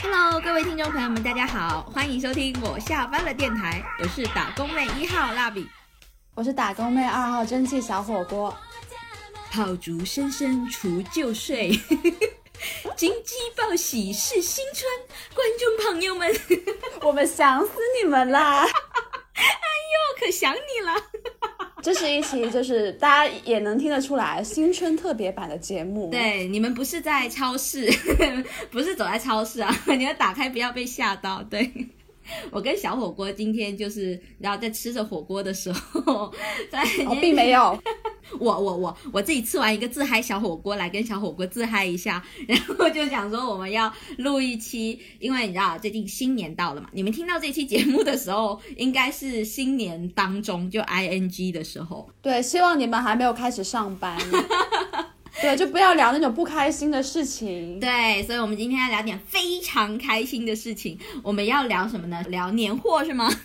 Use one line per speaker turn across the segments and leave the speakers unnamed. Hello，各位听众朋友们，大家好，欢迎收听我下班了电台，我是打工妹一号蜡笔，
我是打工妹二号蒸汽小火锅。
炮竹声声除旧岁， 金鸡报喜是新春，观众朋友们，
我们想死你们啦！
我可想你了。
这是一期就是大家也能听得出来新春特别版的节目。，
对，你们不是在超市， 不是走在超市啊， 你们打开不要被吓到。对，我跟小火锅今天就是，然后在吃着火锅的时候， 在、
哦，并没有。
我我我我自己吃完一个自嗨小火锅来跟小火锅自嗨一下，然后就想说我们要录一期，因为你知道最近新年到了嘛，你们听到这期节目的时候，应该是新年当中就 I N G 的时候，
对，希望你们还没有开始上 班。对，就不要聊那种不开心的事情。
对，所以我们今天要聊点非常开心的事情，我们要聊什么呢？聊年货是吗？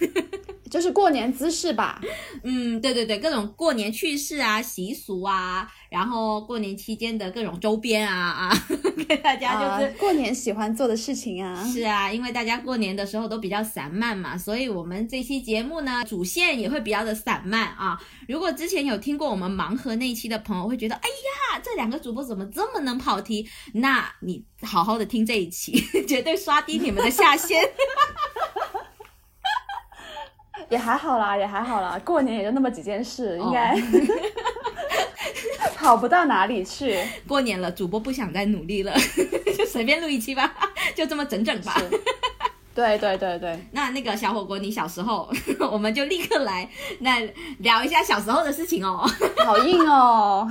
就是过年姿势吧。
嗯，对对对，各种过年趣事啊、习俗啊，然后过年期间的各种周边啊 啊，给大家
啊，
就是
过年喜欢做的事情啊。
是啊，因为大家过年的时候都比较散漫嘛，所以我们这期节目呢，主线也会比较的散漫啊。如果之前有听过我们盲盒那一期的朋友，会觉得哎呀，这两个主播怎么这么能跑题？那你好好的听这一期， 绝对刷低你们的下限。
也还好啦，也还好啦。过年也就那么几件事，应该、哦 跑不到哪里去。
过年了，主播不想再努力了， 就随便录一期吧， 就这么整整吧。
是对对对对，
那那个小火锅，你小时候， 我们就立刻来那聊一下小时候的事情哦。
好硬 哦。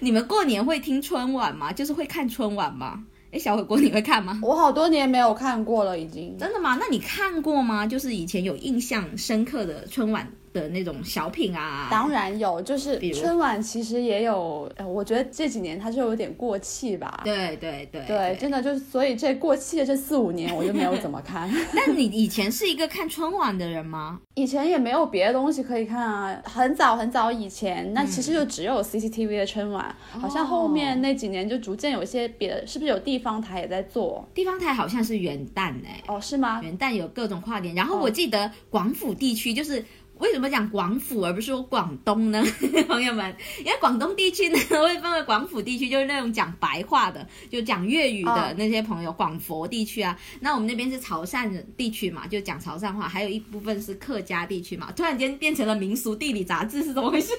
你们过年会听春晚吗？就是会看春晚吗？哎，小火锅你会看吗？
我好多年没有看过了，已经。
真的吗？那你看过吗？就是以前有印象深刻的春晚的那种小品啊。
当然有，就是
比如
春晚其实也有，呃我觉得这几年它就有点过气吧。
对对对
对，真的就是，所以这过气的这四五年我就没有怎么看，
那你以前是一个看春晚的人吗？
以前也没有别的东西可以看啊。很早很早以前，那其实就只有 CCTV 的春晚，
哦
好像后面那几年就逐渐有一些别的，是不是有地方台也在做？
地方台好像是元旦哎、
哦，是吗？
元旦有各种跨年，然后我记得广府地区就是。为什么讲广府而不是说广东呢， 朋友们？因为广东地区呢 会分为广府地区，就是那种讲白话的，就讲粤语的
哦
那些朋友，广佛地区啊。那我们那边是潮汕人地区嘛，就讲潮汕话，还有一部分是客家地区嘛。突然间变成了民俗地理杂志是怎么回事？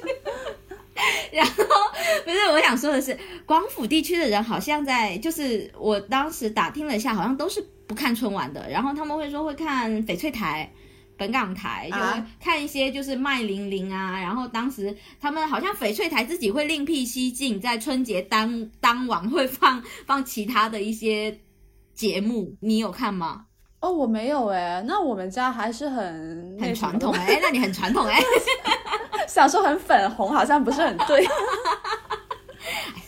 然后不是我想说的是，广府地区的人好像在，就是我当时打听了一下，好像都是不看春晚的，然后他们会说会看翡翠台。本港台就
啊
会看一些就是麦玲玲啊，然后当时他们好像翡翠台自己会另辟蹊径，在春节当当晚会放放其他的一些节目，你有看吗？
哦，我没有哎，那我们家还是很那
很
什么
传
的
统哎、那你很传统哎、
想说很粉红，好像不是很对。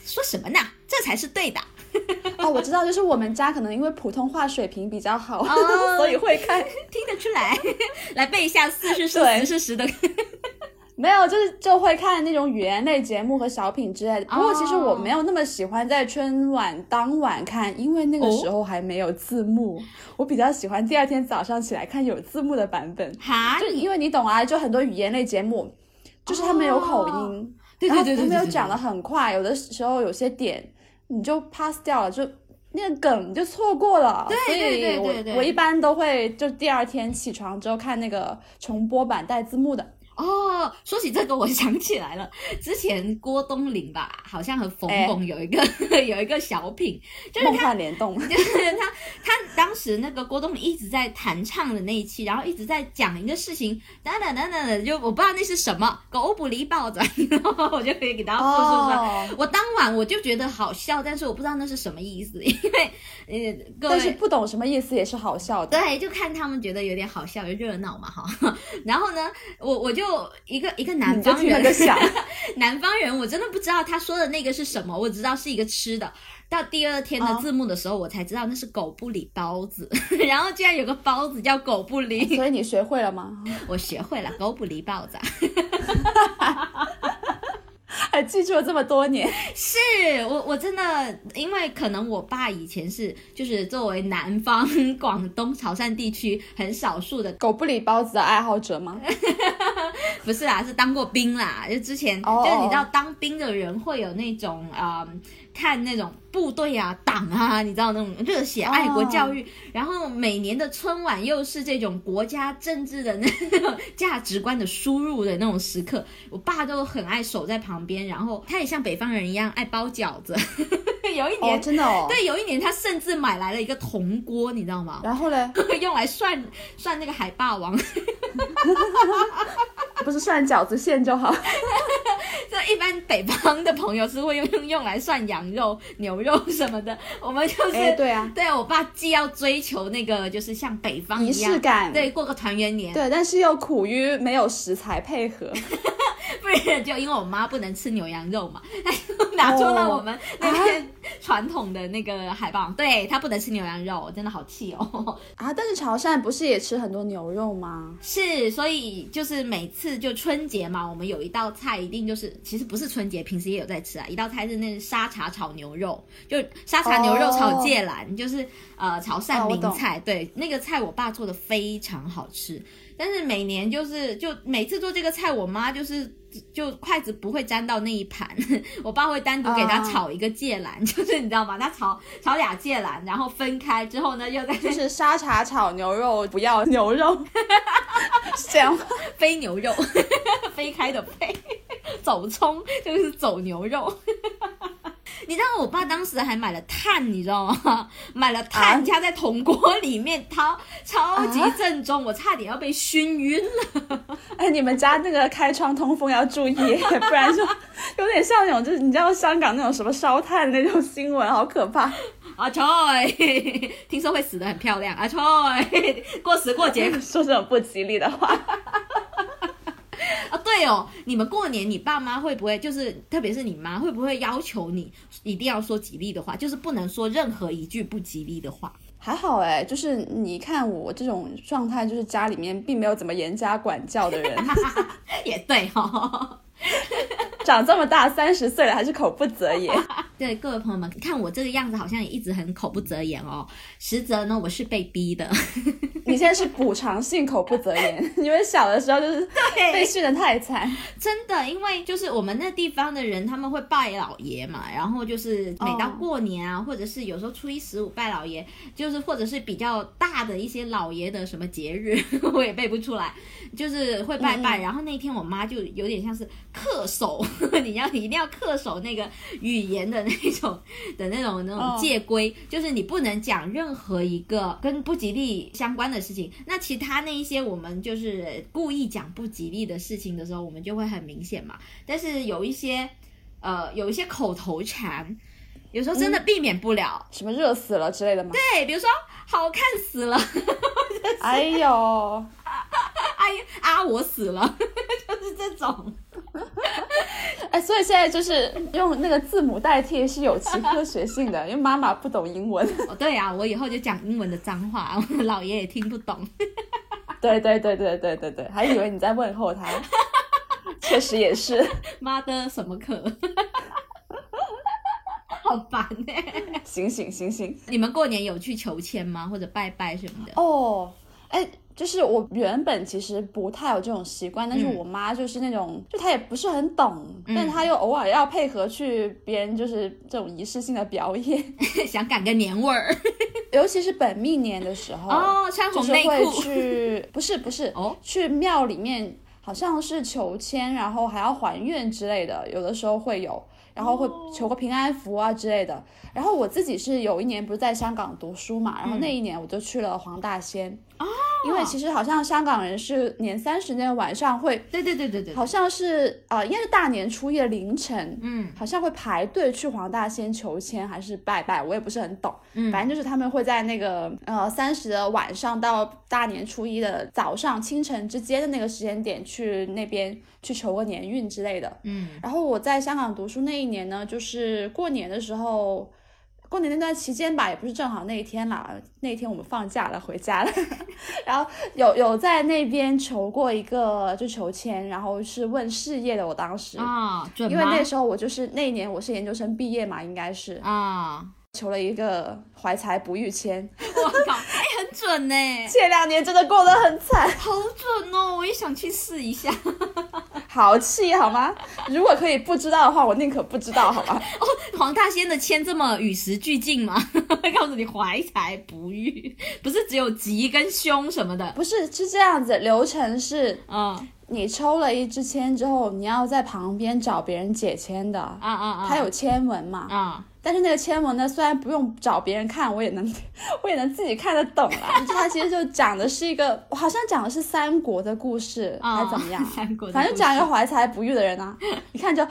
说什么呢？这才是对的。
哦，我知道，就是我们家可能因为普通话水平比较好，
哦
所以会看。
听得出来， 来背一下四是四
对
十是十的。
没有，就是就会看那种语言类节目和小品之类的。不过其实我没有那么喜欢在春晚当晚看，因为那个时候还没有字幕。我比较喜欢第二天早上起来看有字幕的版本，
哈，
就因为你懂啊，就很多语言类节目，就是他们有口音，
对
然
对
后
对
他
对，
们又
对
讲的。很快，有的时候有些点你就 pass 掉了，就那个梗你就错过了。
对对对
所以
对对
我我一般都会就第二天起床之后看那个重播版带字幕的。
哦，说起这个，我想起来了， 之前郭冬临吧，好像和冯
哎
巩有一个、 有一个小品， 就是
梦幻联 动，
就是他他当时那个郭冬临一直在弹唱的那一期，然后一直在讲一个事情，等等等等的，就我不知道那是什么，狗不理包子，然后我就可以给大家复述出来。
哦，
我当晚我就觉得好笑，但是我不知道那是什么意思， 因为呃，各位
但是不懂什么意思也是好笑的。
对，就看他们觉得有点好笑，就热闹嘛哈。 然后呢，我我就一个一个南
你就
方
听了就
人，
想，
南方人，我真的不知道他说的那个是什么，我只知道是一个吃的。到第二天的
哦
字幕的时候，我才知道那是狗不理包子， 然后居然有个包子叫狗不理，
所以你学会了吗？
我学会了狗不理包子啊。
还记住了这么多年。
是我我真的，因为可能我爸以前是就是作为南方广东潮汕地区很少数的，
狗不理包子的爱好者吗？
哎不是啦，是当过兵啦，就之前
哦
就是你知道当兵的人会有那种啊、嗯看那种部队啊、党啊，你知道那种热血爱国教
哦
育然后每年的春晚又是这种国家政治的那种价值观的输入的那种时刻，我爸都很爱守在旁边，然后他也像北方人一样爱包饺子， 有一
哦，
年。
真的哦。
对，有一年他甚至买来了一个铜锅，你知道吗？
然后嘞，
用来涮涮那个海霸王。
不是涮饺子馅就好。
这一般北方的朋友是会用用用来涮羊肉、牛肉什么的， 我们就是、
哎，对啊，
对我爸既要追求那个就是像北方
仪
一样
式，感。
对，过个团圆年，
对，但是又苦于没有食材配合。
不然就因为我妈不能吃牛羊肉嘛， 她就拿出了我们那
哦
边
啊
传统的那个海报，对她不能吃牛羊肉，我真的好气哦。
啊，但是潮汕不是也吃很多牛肉吗？
是，所以就是每次就春节嘛，我们有一道菜一定就是，其实不是春节，平时也有在吃啊。一道菜是那个沙茶炒牛肉，就沙茶牛肉炒芥兰就是呃潮
哦
汕
我
名
懂
菜。对，那个菜我爸做的非常好吃，但是每年就是就每次做这个菜，我妈就是。就筷子不会沾到那一盘， 我爸会单独给他
啊
炒一个芥兰就是你知道吗？他炒炒俩芥兰，然后分开之后呢，又在
就是沙茶炒牛肉，不要牛肉， 是这样吗？
飞牛肉， 飞开的飞，走葱就是走牛肉。 你知道我爸当时还买了炭，你知道吗？ 买了
啊
炭加在铜锅里面，超超级
啊
正宗，我差点要被熏晕了。
哎，你们家那个开窗通风要注意， 不然就有点像那种，就是你知道香港那种什么烧炭那种新闻，好可怕。
阿翠，啊 听说会死得很漂亮。阿翠， 过时过节
说这种不吉利的话，
啊，对哦，你们过年你爸妈会不会就是，特别是你妈会不会要求你一定要说吉利的话，就是不能说任何一句不吉利的话？
还好哎，就是你看我这种状态，就是家里面并没有怎么严加管教的人，
也对哦。
长这么大三十岁了还是口不择言。
对各位朋友们，看我这个样子，好像也一直很口不择言哦。实则呢，我是被逼的。
你现在是补偿性口不择言， 因为小的时候就是被训得太惨。
真的，因为就是我们那地方的人，他们会拜老爷嘛，然后就是每到
哦
过年啊，或者是有时候初一十五拜老爷，就是或者是比较大的一些老爷的什么节日， 我也背不出来，就是会拜拜。然后那天我妈就有点像是恪守， 你要你一定要恪守那个语言的那种 的那种那
哦
种戒规，就是你不能讲任何一个跟不吉利相关的事情。那其他那一些我们就是故意讲不吉利的事情的时候，我们就会很明显嘛。但是有一些，呃，有一些口头禅，有时候真的避免不了。
什么热死了之类的吗？
对，比如说好看死了，
哎呦，
哎呀啊我死了， 就是这种。
哎，所以现在就是用那个字母代替是有其科学性的，因 为妈妈不懂英文。
哦，对啊，我以后就讲英文的脏话， 我姥爷也听不懂。
对对对对对对对，还以为你在问候他，确实也是。
妈的，什么可？ 好烦哎、
醒醒醒醒！
你们过年有去求签吗？或者拜拜什么的？
哦，哎，就是我原本其实不太有这种习惯，但是
嗯
我妈就是那种，就她也不是很懂，
嗯
但她又偶尔要配合去别人就是这种仪式性的表演，
想赶个年味儿
尤其是本命年的时候，
哦，穿
就
红
是
内
会
裤
去，不是不是，
哦，
去庙里面好像是求签，然后还要还愿之类的，有的时候会有，然后会
哦
求个平安符啊之类的。然后我自己是有一年不是在香港读书嘛，然后
嗯
那一年我就去了黄大仙，
啊
因为其实好像香港人是年三十那天晚上会，
对对对对对，
好像是啊、呃应该是大年初一的凌晨。
嗯
好像会排队去黄大仙求签还是拜拜，我也不是很懂。
嗯
反正就是他们会在那个呃三十的晚上到大年初一的早上清晨之间的那个时间点去那边去求个年运之类的。
嗯
然后我在香港读书那一年呢，就是过年的时候。过年那段期间吧，也不是正好那一天啦，那一天我们放假了，回家了， 然后有有在那边求过一个就求签，然后是问事业的，我当时
啊、准
因为
吗
那时候我就是那一年我是研究生毕业嘛，应该是
啊，
求了一个怀才不遇签，
我 靠，哎、很准呢、
前两年真的过得很惨，
好准哦！我也想去试一 下。哦
好气好吗？如果可以不知道的话，我宁可不知道好吗？
黄大仙的签这么与时俱进吗？ 告诉你，怀才不遇，不是只有吉跟凶什么的。
不是，是这样子，流程是
嗯
你抽了一支签之后，你要在旁边找别人解签的。
啊啊啊！
它有签文嘛？
啊，
但是那个签文呢，虽然不用找别人看，我也能， 我也能自己看得懂啦。 就它其实就讲的是一个，好像讲的是三国的故事，
啊
还怎么样？
三国的
反正
故
讲一个怀才不遇的人啊，一看就，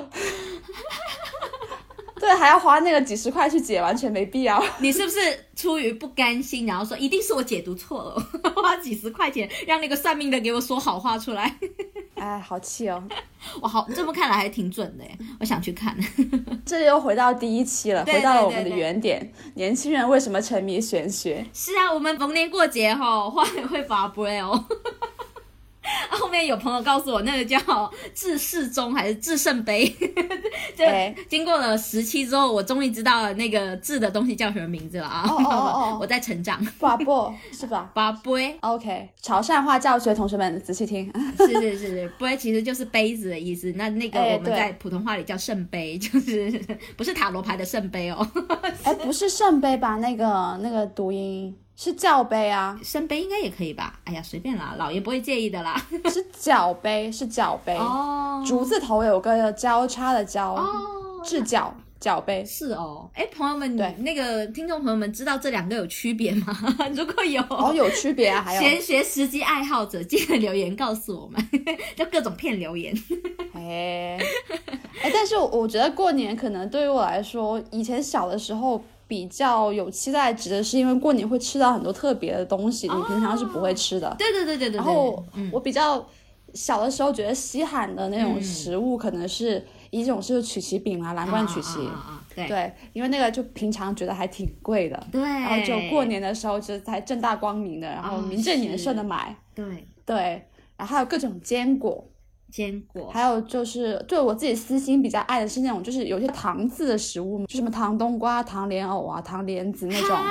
对，还要花那个几十块去解，完全没必要。
你是不是出于不甘心，然后说一定是我解读错了， 花几十块钱让那个算命的给我说好话出来？
哎，好气哦！
我好，这么看来还挺准的耶，我想去看。
这又回到第一期了，
对
回到了我
对
们的
对
原点。年轻人为什么沉迷玄学？
是啊，我们逢年过节哈、会会拔 braille 哦。 后面有朋友告诉我，那个叫至世宗还是至圣杯， 就
哎
经过了十期之后，我终于知道了那个字的东西叫什么名字了啊！
哦哦哦哦
我在成长。
八波是吧
拔杯，
？OK，潮汕话教学，同学们仔细听。
是是是是，杯其实就是杯子的意思。那那个
哎
我们
对
在普通话里叫圣杯，就是不是塔罗牌的圣杯哦，
哎，不是圣杯吧？那个那个读音是教杯啊，
圣杯应该也可以吧？哎呀，随便啦，老爷不会介意的啦。
是角杯，是角杯。
哦
竹字头有个交叉的交，
哦，
至角角杯。
是哦，哎，朋友们，
对
那个听众朋友们，知道这两个有区别吗？ 如果有，
哦，有区别啊，还有
玄学实际爱好者记得留言告诉我们，就各种骗留言。
哎哎，但是我我觉得过年可能对于我来说，以前小的时候。比较有期待值的是，因为过年会吃到很多特别的东西，你平常是
哦
不会吃的。
对对对对对对。嗯
然后我比较小的时候觉得稀罕的那种食物，可能是一种是曲奇饼啊，蓝罐曲奇，
啊啊啊啊啊对
对，因为那个就平常觉得还挺贵的，
对，
然
然
后就过年的时候就是才正大光明的，然后
啊
名正言顺的
是
买，
对
对。然后还有各种坚果，
坚果
还有就是对我自己私心比较爱的是那种，就是有些糖字的食物嘛，就什么糖冬瓜、糖莲藕啊、糖莲子那种，
啊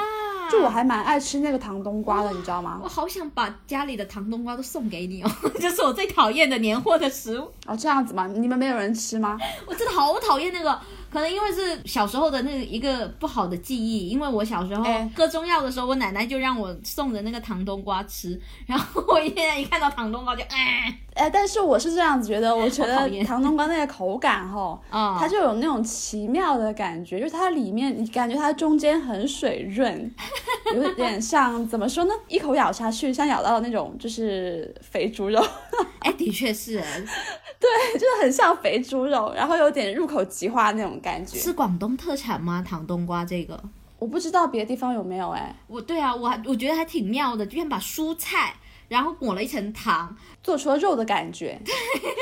就我还蛮爱吃那个糖冬瓜的，你知道吗
我？好想把家里的糖冬瓜都送给你哦， 这是我最讨厌的年货的食物。
哦，这样子嘛，你们没有人吃吗？
我真的好讨厌那个，可能因为是小时候的那个一个不好的记忆，因为我小时候
哎
割中药的时候，我奶奶就让我送的那个糖冬瓜吃， 然后我现在一看到糖冬瓜就哎，
哎，但是我是这样子觉得，我觉
好讨
得
厌
糖冬瓜那个口感哈、
啊、
它就有那种奇妙的感觉，就是它里面你感觉它中间很水润，有点像怎么说呢？一口咬下去，像咬到那种就是肥猪肉，
哎，的确是哎，
就是很像肥猪肉，然后有点入口即化那种感觉。
是广东特产吗？糖冬瓜这个，
我不知道别的地方有没有哎，
我对啊，我还我觉得还挺妙的，居然把蔬菜。然后抹了一层糖，
做出了肉的感 觉。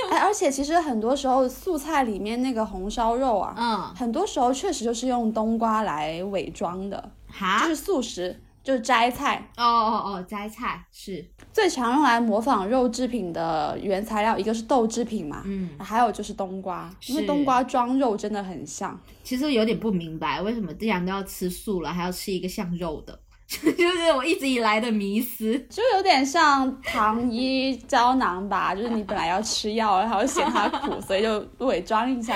哎，而且其实很多时候素菜里面那个红烧肉啊，
嗯，
很多时候确实就是用冬瓜来伪装的，就
哈，
是素食，就是摘菜。
哦哦哦，摘菜是，
最常用来模仿肉制品的原材料，一个是豆制品嘛，
嗯，
还有就是冬瓜，因为
是
冬瓜装肉真的很像。
其实有点不明白，为什么既然都要吃素了，还要吃一个像肉的，就是我一直以来的迷思。
就有点像糖衣胶囊吧，就是你本来要吃药，然后嫌它苦，所以就伪装一下。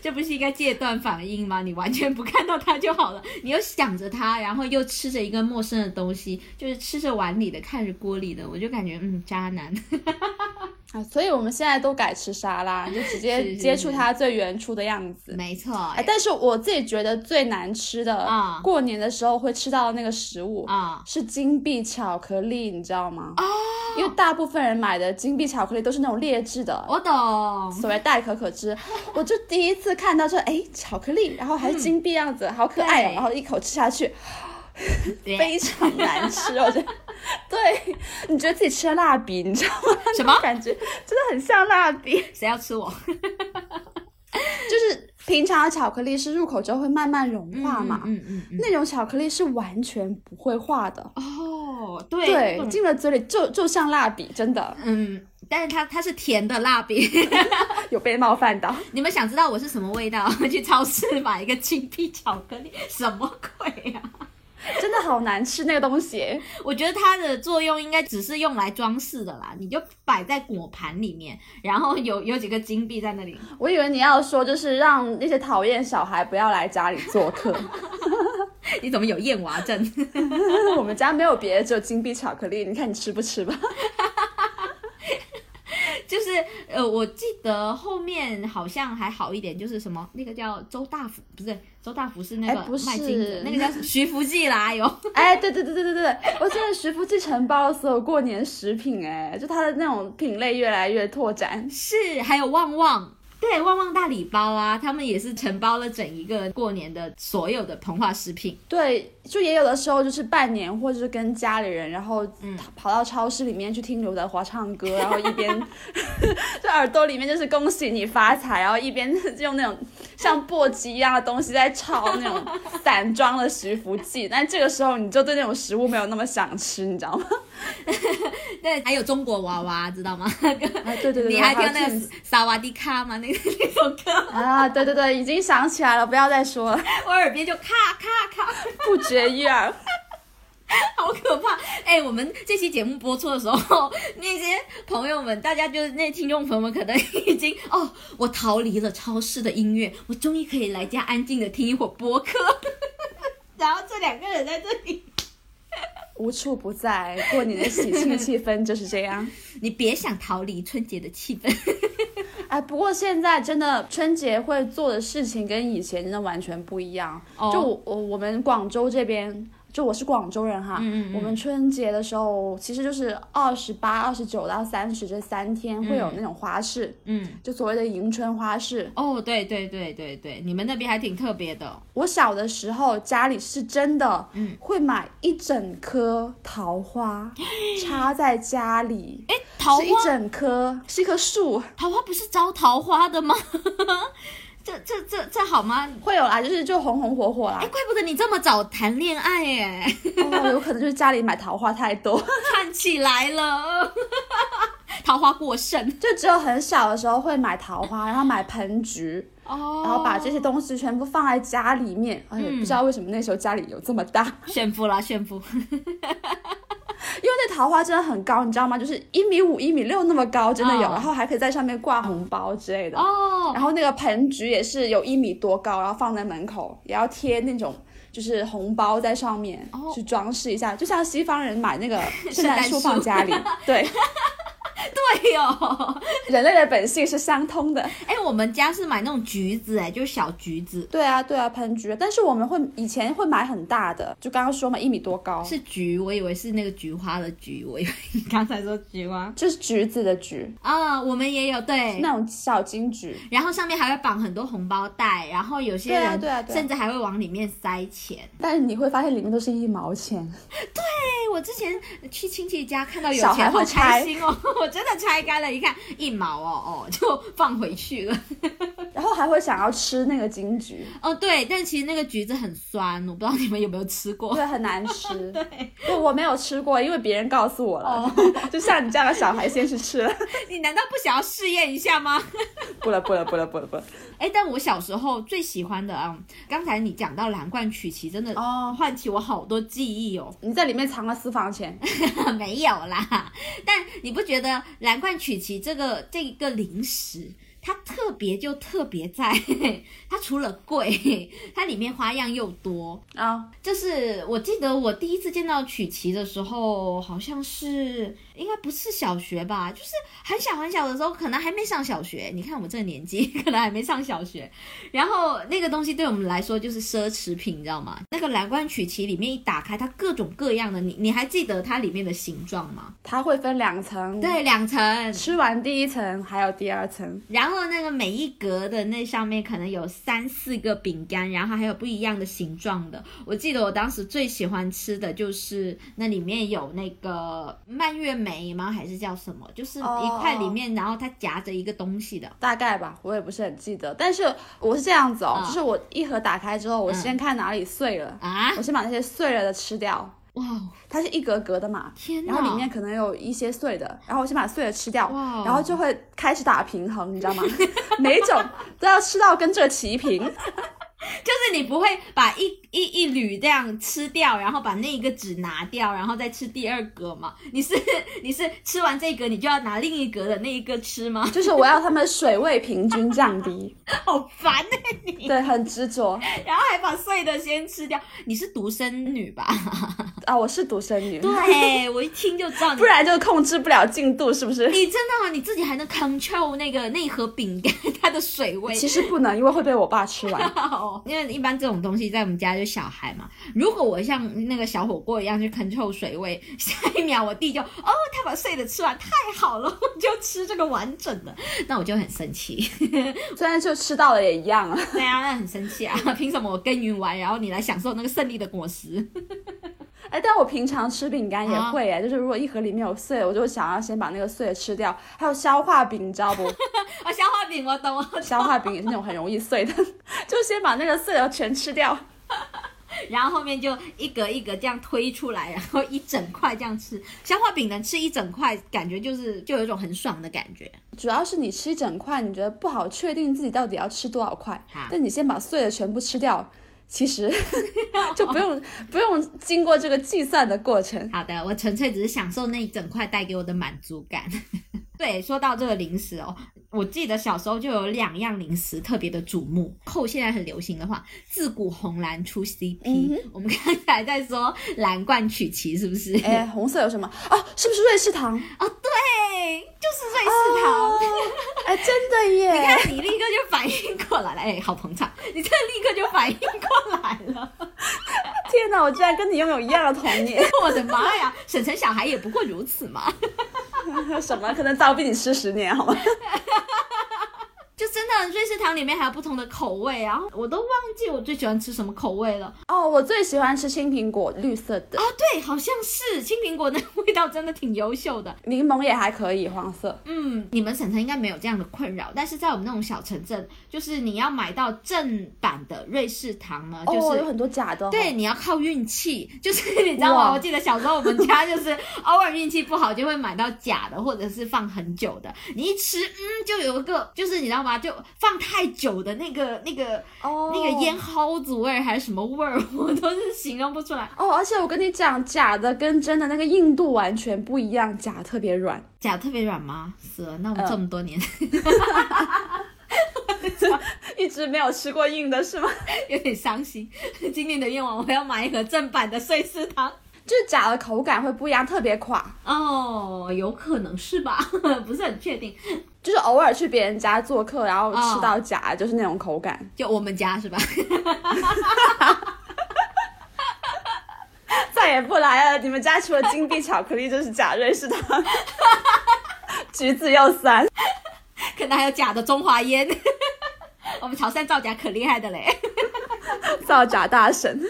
这不是应该戒断反应吗？你完全不看到它就好了，你又想着它，然后又吃着一个陌生的东西，就是吃着碗里的，看着锅里的，我就感觉嗯，渣男。
啊，所以我们现在都改吃沙拉，就直
是
接
是
接触
是
它最原初的样子。
没错，
哎，
哎
但是我自己觉得最难吃的，
啊
过年的时候会吃到的那个食物
啊，
是金币巧克力，你知道吗？
哦
因为大部分人买的金币巧克力都是那种劣质的，
我懂。
所谓代可可 脂，我就第一次看到说，哎，巧克力，然后还是金币样子，好可爱哦，
对
然后一口吃下去，
对，
非常难 吃，我觉得，对，你觉得自己吃了蜡笔，你知道吗？
什么
感觉真的很像蜡笔，
谁要吃我？
就是平常的巧克力是入口之后会慢慢融化嘛，
嗯嗯嗯，
那种巧克力是完全不会化的。
哦，对
对，
嗯
进了嘴里就就像蜡笔，真的
嗯，但是它它是甜的蜡笔，
有被冒犯到。
你们想知道我是什么味道？ 去超市买一个青皮巧克力，什么鬼啊？
真的好难吃那个东西。
我觉得它的作用应该只是用来装饰的啦，你就摆在果盘里面，然后有有几个金币在那里，
我以为你要说就是让那些讨厌小孩不要来家里做客，
你怎么有厌娃症？
我们家没有别的，只有金币巧克力。你看你吃不吃吧？
就是呃，我记得后面好像还好一点，就是什么那个叫周大福，不是周大福是那
哎不
个
是
卖金子，那个 叫徐福记啦，有
哎，对对对对对对，我真的徐福记承包了所有过年食品，哎，就它的那种品类越来越拓展。
是还有旺旺。对，旺旺大礼包啊，他们也是承包了整一个过年的所有的膨化食品。
对，就也有的时候就是办年或者是跟家里人，然后跑到超市里面去听刘德华唱歌，然后一边 就耳朵里面就是恭喜你发财，然后一边就用那种像簸箕一样的东西在炒那种散装的徐福记。但这个时候你就对那种食物没有那么想吃，你知 道吗？
对，还有中国娃娃，知道吗？
哎，对对 对，
你还听
有
那个萨瓦迪卡吗？那个那首歌，
啊，对对对，已经想起来了，不要再说了，
我耳边就咔咔咔，
不绝于耳。
好可怕！哎、我们这期节目播出的时候，那些朋友们，大家就是那听众朋友们，可能已经哦，我逃离了超市的音乐，我终于可以来家安静的听一会儿播客。 然后这两个人在这 里，
无处不在，过年的喜庆气氛就是这样。
你别想逃离春节的气氛。
哎，不过现在真的春节会做的事情跟以前真的完全不一样。
哦
就我我我们广州这边，就我是广州人哈，
嗯嗯嗯
我们春节的时候其实就是二十八、二十九到三十这三天会有那种花市，
嗯，
就所谓的迎春花市。
哦，对对对对对，你们那边还挺特别的哦。
我小的时候家里是真的
嗯
会买一整颗桃 花插在家里，
哎，桃
是一
花，
整棵，是一棵树。
桃花不是招桃花的吗？ 这这这这好吗？
会有啦，就是就红红火火啦
哎，。怪不得你这么早谈恋爱耶，
哦，有可能就是家里买桃花太多，
看起来了， 桃花过剩
就只有很小的时候会买桃花，然后买盆菊，
哦嗯
然后把这些东西全部放在家里面。哎，不知道为什么那时候家里有这么大，
炫富啦，炫富，
因为那桃花真的很高，你知道吗？就是一米五、一米六那么高，真的有，
哦
然后还可以在上面挂红包之类的。
哦，
然后那个盆菊也是有一米多高，然后放在门口，也要贴那种就是红包在上面、
哦
去装饰一下，就像西方人买那 个圣
诞
诞树
树
放家 里。对，
对哦，
人类的本性是相通的。
哎，我们家是买那种橘子，哎，就是小橘子，
对啊，对啊，盆菊，但是我们会以前会买很大的，就刚刚说嘛，一米多高，
是橘，我以为是那个菊花的菊，我以为你刚才说菊花
就是橘子的橘，
啊、我们也有对，
那种小金桔。
然后上面还会绑很多红包袋，然后有些
对啊
人
对啊对啊
甚至还会往里面塞钱。
但是你会发现里面都是一 毛钱，
哎，我之前去亲戚家看到有
小孩
钱，
会
好开
拆
心哦！ 我真的拆开了，一看一毛哦哦，就放回去了。
然后还会想要吃那个金桔，
哦，对，但其实那个橘子很酸，我不知道你们有没有吃过。
对，很难吃。对，我没有吃过，因为别人告诉我了，
哦
就像你这样的小孩先去吃了。
你难道不想要试验一下吗？
不了不了不了不了不了。
哎，但我小时候最喜欢的啊、刚才你讲到蓝罐曲奇，真的
哦
唤起我好多记忆哦。
你在里面藏了私房钱，
没有啦，但你不觉得蓝罐曲奇这个这个零食，它特别就特别在 它除了贵，它里面花样又多。
啊、
就是我记得我第一次见到曲奇的时候，好像是应该不是小学吧，就是很小很小的时候，可能还没上小学。你看我这个年纪，可能还没上小学。然后那个东西对我们来说就是奢侈品，你知道吗？那个蓝罐曲奇里面一打开，它各种各样的，你你还记得它里面的形状吗？
它会分两层，，
对，两层。
吃完第一层还有第二层，
然后那个每一格的那上面可能有三四个饼干，然后还有不一样的形状的。我记得我当时最喜欢吃的就是那里面有那个蔓越莓吗？还是叫什么？就是一块里面，然后它夹着一个东西的。
大概吧，我也不是很记得。但是我是这样子哦，
嗯
就是我一盒打开之后，我先看哪里碎 了，
啊！
我先把那些碎了的吃掉。
哇，
它是一格格的嘛，
天哪！
然后里面可能有一些碎的，然后我先把碎的吃掉
哇哦，
然后就会开始打平衡，你知道 吗？每一种都要吃到跟这个齐平。
就是你不会把一一一缕这样吃掉，然后把那一个纸拿掉，然后再吃第二格嘛？你是你是吃完这个，你就要拿另一格的那一个吃吗？
就是我要他们水位平均降低，
好烦哎、
对，很执着
然后还把碎的先吃掉，你是独生女吧？
啊！我是独生女，
对，我一听就知道你
不。然就控制不了进度，是不是？
你真的、哦、你自己还能 control 那个那一盒饼干它的水位
其实不能，因为会被我爸吃 完。
哦， 因为一般这种东西在我们家就小孩嘛。如果我像那个小火锅一样去 control 水位，下一秒我弟就哦，他把碎的吃完，太好了，我就吃这个完整的，那我就很生气。
虽然就吃到了也一样啊。
对啊，那很生气啊！凭什么我耕耘完，然后你来享受那个胜利的果实？
哎，但我平常吃饼干也
啊
会哎，就是如果一盒里面有碎，我就想要先把那个碎的吃掉。还有消化饼，你 知道不？
啊，消化饼我懂，
消化饼也是那种很容易碎的， 就先把那个碎的全吃掉。
然后后面就一格一格这样推出来，然后一整块这样吃。消化饼能吃一整块，感觉就是就有一种很爽的感觉。
主要是你吃一整块，你觉得不好确定自己到底要吃多少块
啊，
但你先把碎的全部吃掉，其实 就不用不用经过这个计算的过程。
好的，我纯粹只是享受那一整块带给我的满足感。 对，说到这个零食哦，我记得小时候就有两样零食特别的瞩目。后现在很流行的话，自古红蓝出 CP、
嗯
我们刚才在说蓝罐曲奇是不是？
哎，红色有什么？哦，是不是瑞士糖？
哦，对，就是瑞士糖。
哦哎，真的 耶！
你哎看，你立刻就反应过来了，哎，好捧场！你这立刻就反应过来了，
天哪，我居然跟你拥有一样的童年。
我的妈呀，沈晨小孩也不过如此嘛。
什么？可能早比你吃十年好吗？
就真的瑞士糖里面还有不同的口味啊，我都忘记我最喜欢吃什么口味了。啊，
哦，我最喜欢吃青苹果，绿色的，
对，好像是青苹果那个味道真的挺优秀的。
柠檬也还可以，黄色。
嗯，你们沈城应该没有这样的困扰，但是在我们那种小城镇，就是你要买到正版的瑞士糖呢，就是、
哦，有很多假的、哦。
对，你要靠运气， 就是你知道吗？
哇
我记得小时候我们家就是偶尔运气不好就会买到假的，或者是放很久的。你一吃，嗯，就有一个，就是你知道吗？就放太久的那个那个
哦，
那个烟。蒿子味儿还是什么味儿， 我都是形容不出来。
哦，而且我跟你讲，假的跟真的那个硬度完全不一样，假特别软。
假特别软吗？死了，那我们
嗯
这么多年、
一直没有吃过硬的是吗？
有点伤心。今年的愿望，我要买一盒正版的碎丝糖。
就是假的口感会不一样，特别垮。
哦，有可能是吧， 不是很确定。
就是偶尔去别人家做客，然后
哦
吃到假的就是那种口感。
就我们家是吧？
再也不来了，你们家除了金币巧克力就是假瑞士 糖，橘子又酸。
可能还有假的中华烟。 我们潮汕造假可厉害的嘞。
造假大神。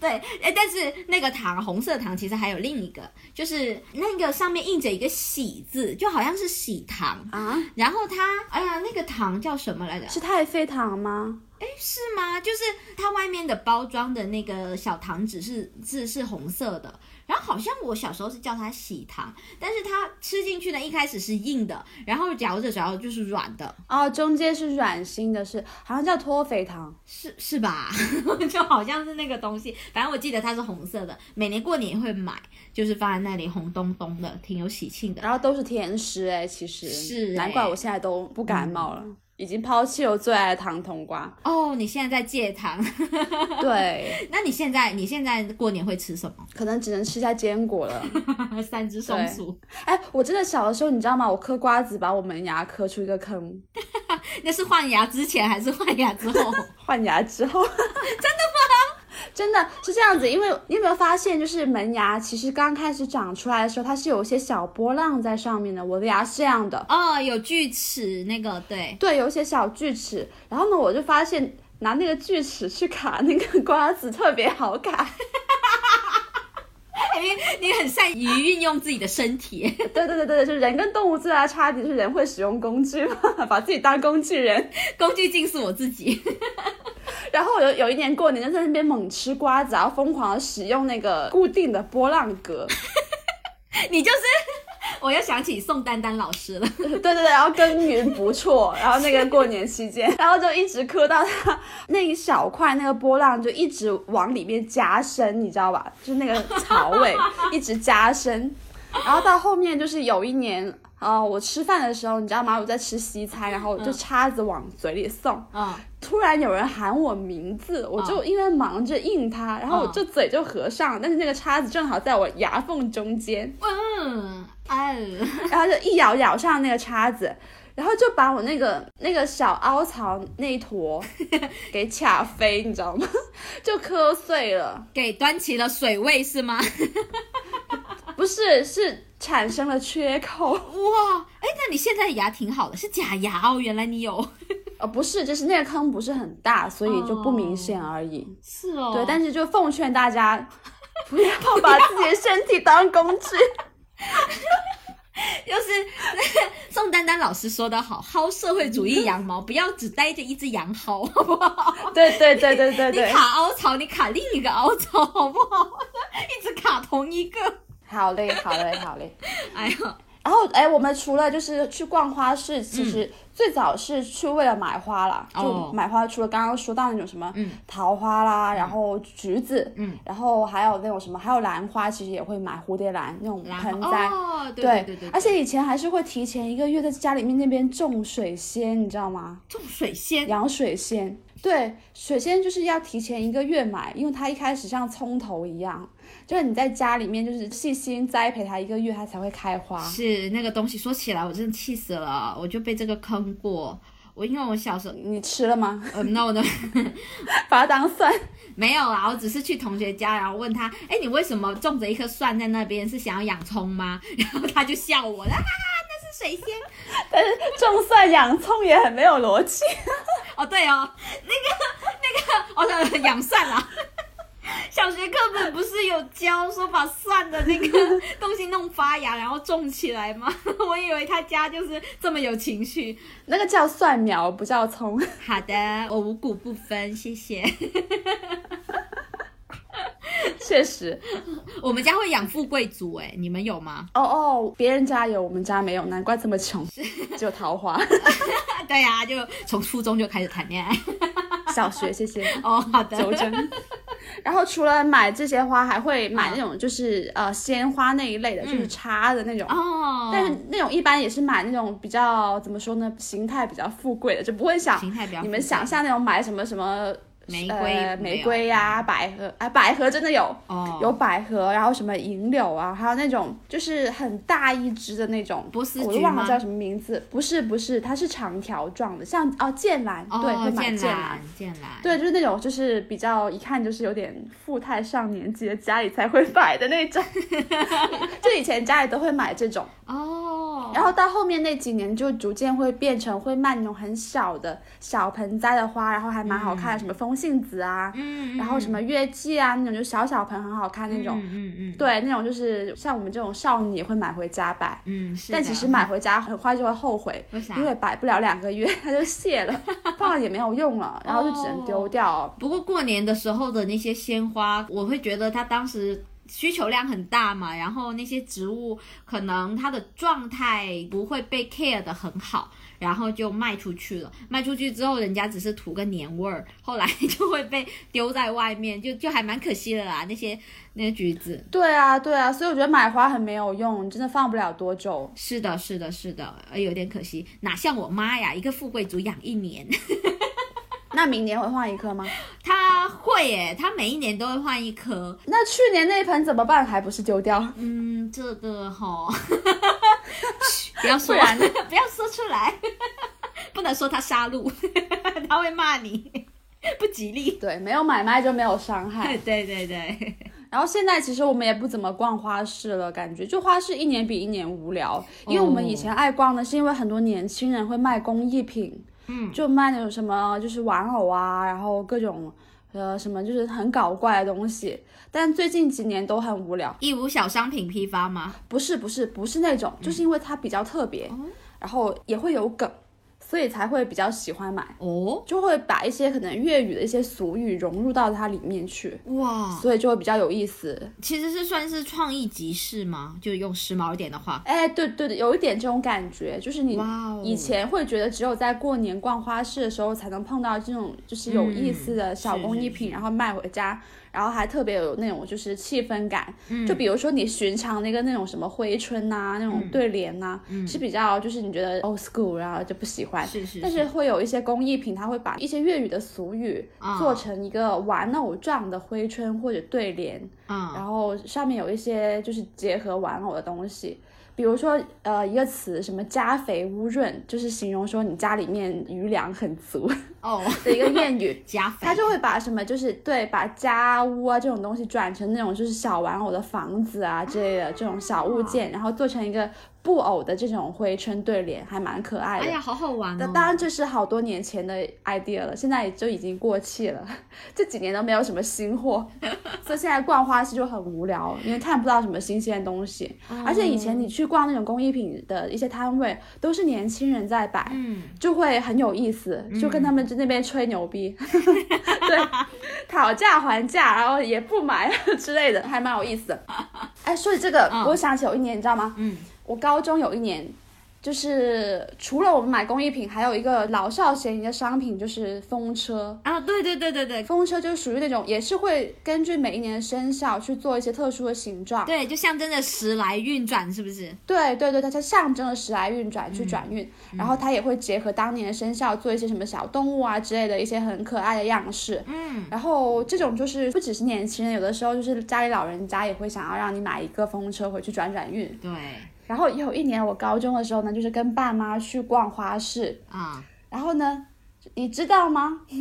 对，哎，但是那个糖，红色糖其实还有另一个，就是那个上面印着一个喜字，就好像是喜糖。
啊，
然后它，哎呀，那个糖叫什么来着？
是太妃糖吗？
是吗？就是它外面的包装的那个小糖纸是是是红色的，然后好像我小时候是叫它喜糖，但是它吃进去呢，一开始是硬的，然后嚼着嚼着就是软的，
哦，中间是软心的是，好像叫脱肥糖。
是是吧？ 就好像是那个东西，反正我记得它是红色的，每年过年也会买，就是放在那里红咚咚的，挺有喜庆的。
然后都是甜食哎、其实
是哎
难怪我现在都不感冒了，已经抛弃了我最爱的糖冬 瓜。
哦，你现在在戒糖，
对，
那你现在你现在过年会吃什么？
可能只能吃一下坚果 了。
三只松鼠，
哎，我真的小的时候，你知道吗？我嗑瓜子把我门牙磕出一个坑，
那是换牙之前还是换牙之后？
换牙之后，真的吗？真的是这样子，因为你有没有发现，就是门牙其实刚开始长出来的时候，它是有一些小波浪在上面的。我的牙是这样的，
哦，有锯齿那个，对，
对，有一些小锯齿。然后呢，我就发现拿那个锯齿去卡那个瓜子特别好卡。
哎你你很善于运用自己的身体，
对对对对，就是人跟动物最大的差别就是人会使用工具嘛， 把自己当工具人。
工具竟是我自己。
然后有有一年过年就在那边猛吃瓜子，然后疯狂的使用那个固定的波浪格。
你就是， 我又想起宋丹丹老师了。
对对对，然后耕耘不错，然后那个过年期间， 然后就一直磕到它那一小块那个波浪就一直往里面加深，你知道吧？就是那个槽位一直加深，然后到后面就是有一年。啊、我吃饭的时候，你知道吗？我在吃西餐，然后我就叉子往嘴里送，
嗯，
突然有人喊我名字，我就因为忙着应他，然后我就嘴就合上，但是那个叉子正好在我牙缝中间，
嗯，哎，
然后就一咬咬上那个叉子，然后就把我那个那个小凹槽那一 坨给卡飞，你知道吗？ 就磕碎了，
给端起了水位是吗？
不是，是产生了缺口。
哇，哎，那你现在牙挺好的，是假牙哦，原来你有。
呃，不是，就是那个坑不是很大，所以就不明显而已。
是哦
对，但是就奉劝大 家，不要把自己的身体当工具。
就是 那个宋丹丹老师说的好，薅社会主义羊 毛，不要只带着一只羊薅， 好不好？
对对对对对
你
对，
卡凹槽，你卡另一个凹槽，好不好？ 一直卡同一个，
好嘞好嘞好嘞。
哎呀，
然后哎，我们除了就是去逛花市，其实最早是去为了买花啦，
嗯哦
就买花，除了刚刚说到那种什么
嗯
桃花啦，然后橘子，
嗯，
然后还有那种什么，还有兰花，其实也会买蝴蝶兰那种
然
盆
后
栽。
哦，对对对对，
而且以前还是会提前一个月在家里面那边种水仙，你知道吗？
种水仙，
养水仙。对，水仙就是要提前一个月买，因为它一开始像葱头一样，就是你在家里面就是细心栽培它一个月，它才会开花。
是那个东西，说起来我真的气死了，我就被这个坑过。我因为我小时候，
你吃了吗？
呃，no no，
把它当蒜。
没有啊啦，我只是去同学家，然后问他，哎，你为什么种着一棵蒜在那边？是想要养葱吗？ 然后他就笑我了，啊，那是水仙。
但是种蒜养葱也很没有逻辑。
哦，对哦，那个那 个，哦，养蒜啦。 小学课本不是有教说把蒜的那个东西弄发芽，然后种起来吗？ 我以为他家就是这么有情绪。
那个叫蒜苗，不叫葱。
好的，我五谷不分，谢谢。
确实，
我们家会养富贵竹，哎，你们有吗？
哦哦，别人家有，我们家没有，难怪这么穷。 只有桃花。
啊 对呀、就从初中就开始谈恋爱。
小学，谢 谢。
哦，好的。
纠正。 然后除了买这些花，还会买那种就是、呃鲜花那一类的，就是插的那种。
嗯哦，
但是那种一般也是买那种比较怎么说呢，形态比较富贵的，就不会想
形态比较
哦你
复
们
杂
想象那种买什么什么
玫瑰没有
呃、
嗯
玫瑰呀、百合哎，百合真的有。
哦，
有百合，然后什么银柳啊，还有那种就是很大一支的那种
波斯
我
菊
都忘
吗
了叫什么名字。不是不是，它是长条状的，像哦剑兰，对，
哦
会买
剑
剑兰
兰，，剑兰，
对，就是那种就是比较一看就是有点富态上年纪的家里才会买的 那种，就以前家里都会买这种，
哦，
然后到后面那几年就逐渐会变成会卖那种很小的小盆栽的花，然后还蛮好看的，什么风信子啊，
嗯，
然后什么月季啊那种就小小盆很好看那种，
嗯嗯嗯，
对，那种就是像我们这种少女也会买回家摆。
嗯，是的
但其实买回家很快就会后悔，
为啥
因？为摆不了两个月它就谢 了，放了也没有用了，然后就只能
哦
丢掉。
不过过年的时候的那些鲜花，我会觉得它当时。需求量很大嘛，然后那些植物可能它的状态不会被 care 的很好，然后就卖出去了。卖出去之后，人家只是图个年味儿，后来 就会被丢在外面，就就还蛮可惜的啦。那些那些橘子，
对啊，对啊，所以我觉得买花很没有用，真的放不了多久。
是的，是的，是的，呃有点可惜，哪像我妈呀，一个富贵竹养一年。
那明年会换一颗吗？
她会耶，她每一年都会换一颗，
那去年那一盆怎么办？还不是丢掉？
嗯，这个哈，嘘不要说
不然
完了， 不要说出来，不能说他杀戮，他会骂你。不吉利。
对，没有买卖就没有伤害。
对对对，
然后现在其实我们也不怎么逛花市了，感觉就花市一年比一年无聊。因为我们以前爱逛的是因为很多年轻人会卖工艺品，
嗯，
就卖那种什么就是玩偶啊，然后各种呃什么就是很搞怪的东西。但最近几年都很无聊，
义乌小商品批发吗？
不是不是不是那种，就是因为它比较特别，然后也会有梗，所以才会比较喜欢买，
哦，
就会把一些可能粤语的一些俗语融入到它里面去，
哇，
所以就会比较有意思。
其实是算是创意集市吗？就用时髦一点的话，
哎，对对对，有一点这种感觉，就是你
哇哦
以前会觉得只有在过年逛花市的时候才能碰到这种就是有意思的小
是
工艺
嗯是
品，然后卖回家，然后还特别有那种就是气氛感。
嗯
就比如说你寻常的一个那种什么挥春呐、那
嗯
种对联呐、是比较就是你觉得 old school，然后就不喜欢。
是是
但是会有一些工艺品，它会把一些粤语的俗语
啊
做成一个玩偶状的挥春或者对联，
啊，
然后上面有一些就是结合玩偶的东西，比如说呃一个词什么家肥屋润，就是形容说你家里面余粮很足
哦，
的一个谚语。
加肥
他就会把什么就是对把家屋啊这种东西转成那种就是小玩偶的房子啊之类的这种小物件，然后做成一个布偶的这种挥春对联，还蛮可爱
哎
的
呀，。好好玩
那
哦！
当然，这是好多年前的 idea 了，现在也就已经过气了。 这几年都没有什么新货， 所以现在逛花市就很无聊，因为看不到什么新鲜东西。
嗯
而且以前你去逛那种工艺品的一些摊位，都是年轻人在摆，
嗯，
就会很有意思，就跟他们在那边吹牛逼， 对，讨价还价，然后也不买 之类的，还蛮有意思的。哎，说起这个，我想起有一年，你知道吗？
嗯，
我高中有一年，就是除了我们买工艺品，还有一个老少咸宜的商品，就是风车。
啊，对对对对对
风车就是属于那种，也是会根据每一年的生肖去做一些特殊的形状。
对，就象征着时来运转，是不是？
对对对，它它象征了时来运转去转运，然后它也会结合当年的生肖做一些什么小动物啊之类的一些很可爱的样式。
嗯，
然后这种就是不只是年轻人，有的时候就是家里老人家也会想要让你买一个风车回去转转运。
对
然后有一年我高中的时候呢，就是跟爸妈去逛花市，
啊，
然后呢。你知道吗？嗯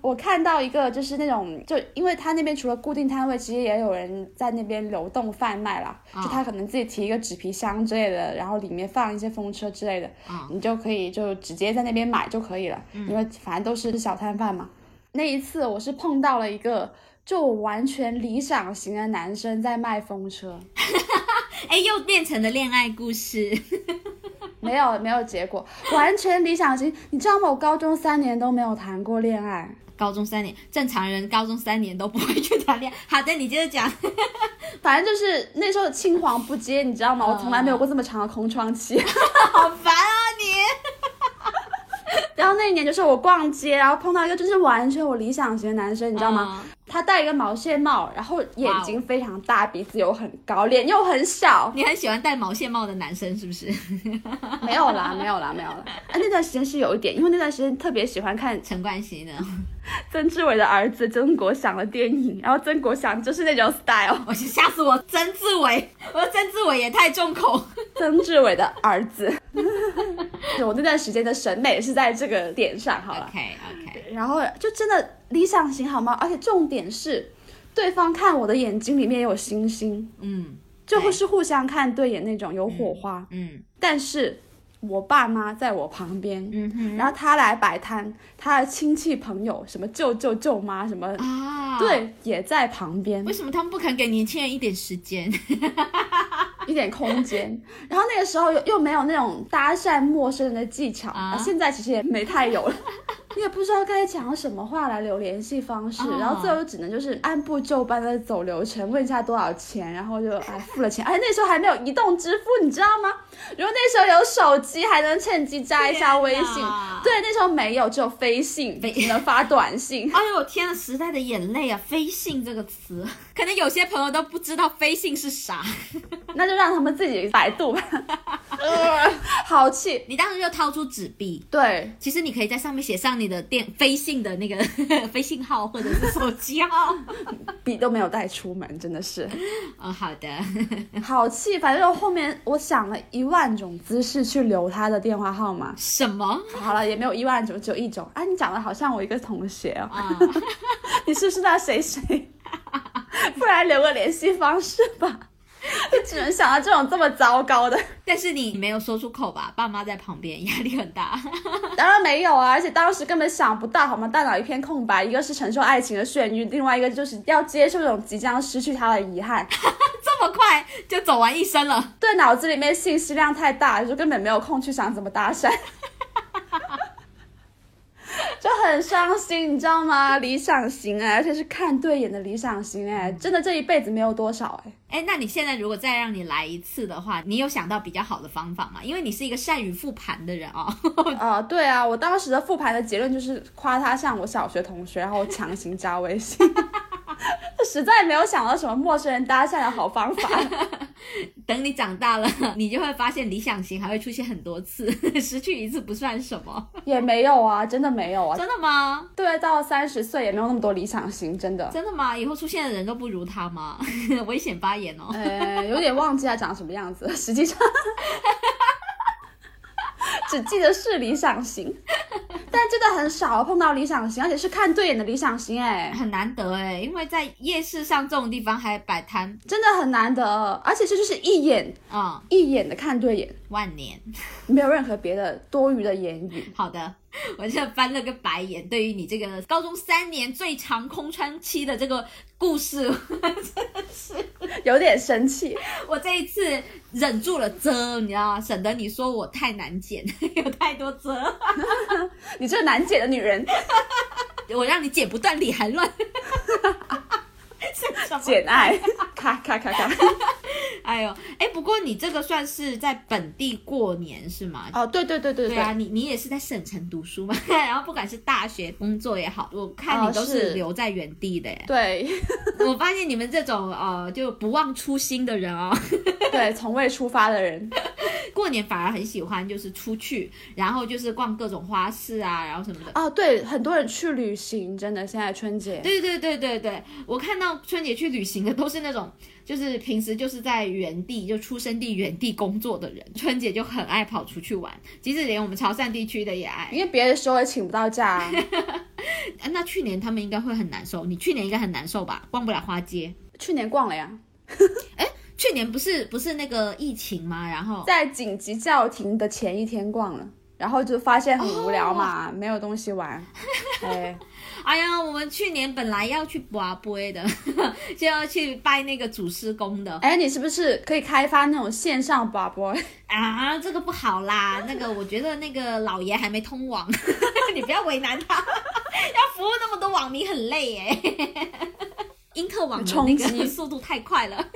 我看到一个就是那种，就因为他那边除了固定摊位，其实也有人在那边流动贩卖啦。就他可能自己提一个纸皮箱之类的，然后里面放一些风车之类的，
啊
你就可以就直接在那边买就可以了，因为反正都是小摊贩嘛。那一次我是碰到了一个就完全理想型的男生在卖风车，
哎，又变成了恋爱故事，
没有没有结果，完全理想型。你知道吗？我高中三年都没有谈过恋爱。
高中三年，正常人高中三年都不会去谈恋爱。好的，你接着 讲。
反正就是那时候青黄不接，你知道吗？我从来没有过这么长的空窗期。
好烦啊你！
然后那一年就是我逛街，然后碰到一个就是完全我理想型的男生，你知道
嗯
吗？
哦
他戴一个毛线帽，然后眼睛非常大，鼻子又很高，脸又很小。
你很喜欢戴毛线帽的男生是不是？
没有啦，没有啦，没有啦。啊，那段时间是有一点，因为那段时间特别喜欢看
陈冠希呢？
曾志伟的儿子曾国祥的电影，然后曾国祥就是那种 style，
我吓死我！曾志伟，我说曾志伟也太重口。
曾志伟的儿子。 我那段时间的审美是在这个点上好了。
OK OK，
然后就真的理想型好吗？而且重点是，对方看我的眼睛里面也有星星，
嗯
就会
对
是互相看对眼那种，有火花。
嗯
但是我爸妈在我旁边，
嗯哼
然后他来摆摊，他的亲戚朋友什么舅舅舅妈什么，
啊，，
对，也在旁边
为，什么他们不肯给年轻人一点时间？
一点空间。 然后那个时候又又没有那种搭讪陌生人的技巧，
啊
现在其实也没太有了。 你也不知道该讲什么话来留联系方式，
哦
然后最后只能就是按部就班的走流程，问一下多少钱，然后就哎付了钱，而且那时候还没有移动支付，你知道吗？如果那时候有手机，还能趁机加一下微信
天哪，
对，那时候没有，只有飞信，
飞
只能发短信。
哎呦天呐，时代的眼泪啊！飞信这个词， 可能有些朋友都不知道飞信是啥。
那就让他们自己百度吧。呃好气，
你当时就掏出纸币，
对，
其实你可以在上面写上你的电飞信的那个 飞信号或者是手机号。
笔都没有带出门，真的是
哦，好的，
好气。反正我后面我想了一万种姿势去留他的电话号码。
什么？
好了，也没有一万种，只有一种。啊，你讲的好像我一个同学哦，
啊，
你是不是那谁谁？ 不然留个联系方式吧。就只能想到这种这么糟糕的，
但是你没有说出口吧？爸妈在旁边，压力很大。
当然没有啊，而且当时根本想不到，好吗？大脑一片空白，一个是承受爱情的眩晕，另外一个就是要接受这种即将失去他的遗憾。
这么快就走完一生了，
对，脑子里面信息量太大，就根本没有空去想怎么搭讪， 就很伤心，你知道吗？理想型哎，而且是看对眼的理想型哎，真的这一辈子没有多少哎。
哎，那你现在如果再让你来一次的话，你有想到比较好的方法吗？因为你是一个善于复盘的人哦。
啊、对啊，我当时的复盘的结论就是夸他像我小学同学，然后强行加微信， 实在没有想到什么陌生人搭讪的好方法。
等你长大了， 你就会发现理想型还会出现很多次， 失去一次不算什么。
也没有啊，真的没有啊。
真的吗？
对，到三十岁也没有那么多理想型，真的。
真的吗？以后出现的人都不如他吗？ 危险发言哦。
呃，有点忘记他长什么样子，实际上只记得是理想型，但真的很少碰到理想型，而且是看对眼的理想型，哎，
很难得哎，因为在夜市上这种地方还摆摊
真的很难得，而且这就是一眼
啊、
一眼的看对眼。
万年。
没有任何别的多余的言语。
好的， 我这翻了个白眼，对于你这个高中三年最长空窗期的这个故事，
有点生气，
我这一次忍住了遮，你知道吗？省得你说我太难剪， 有太多遮，
你这个难解的女人，
我让你剪不断理还乱。 是什么
简爱，咔咔咔咔。
哎呦，哎，不过你这个算是在本地过年是吗？
哦，对对对对
对啊，你你也是在省城读书嘛， 然后不管是大学、工作也好，我看
哦
你都
是
是留在原地的耶。
对
我发现你们这种呃就不忘初心的人哦，
对，从未出发的人，
过年反而很喜欢就是出去，然后就是逛各种花市啊，然后什么的。
哦，对，很多人去旅行，真的，现在春节，
对对对对对，我看到春节去旅行的都是那种，就是平时就是在原地就出生地原地工作的人，春节就很爱跑出去玩，即使连我们潮汕地区的也爱。
因为别的时候也请不到假啊、
啊那去年他们应该会很难受，你去年应该很难受吧？逛不了花街。
去年逛了呀，
去年不是不是那个疫情吗？然后
在紧急叫停的前一天逛了。然后就发现很无聊嘛没有东西玩， 哎，
哎呀，我们去年本来要去拔杯的， 就要去拜那个祖师公的
哎，你是不是可以开发那种线上宝宝？
啊，这个不好啦。那个我觉得那个老爷还没通网， 你不要为难他， 要服务那么多网民很累耶。 英特网的那
冲
个
击
速度太快了。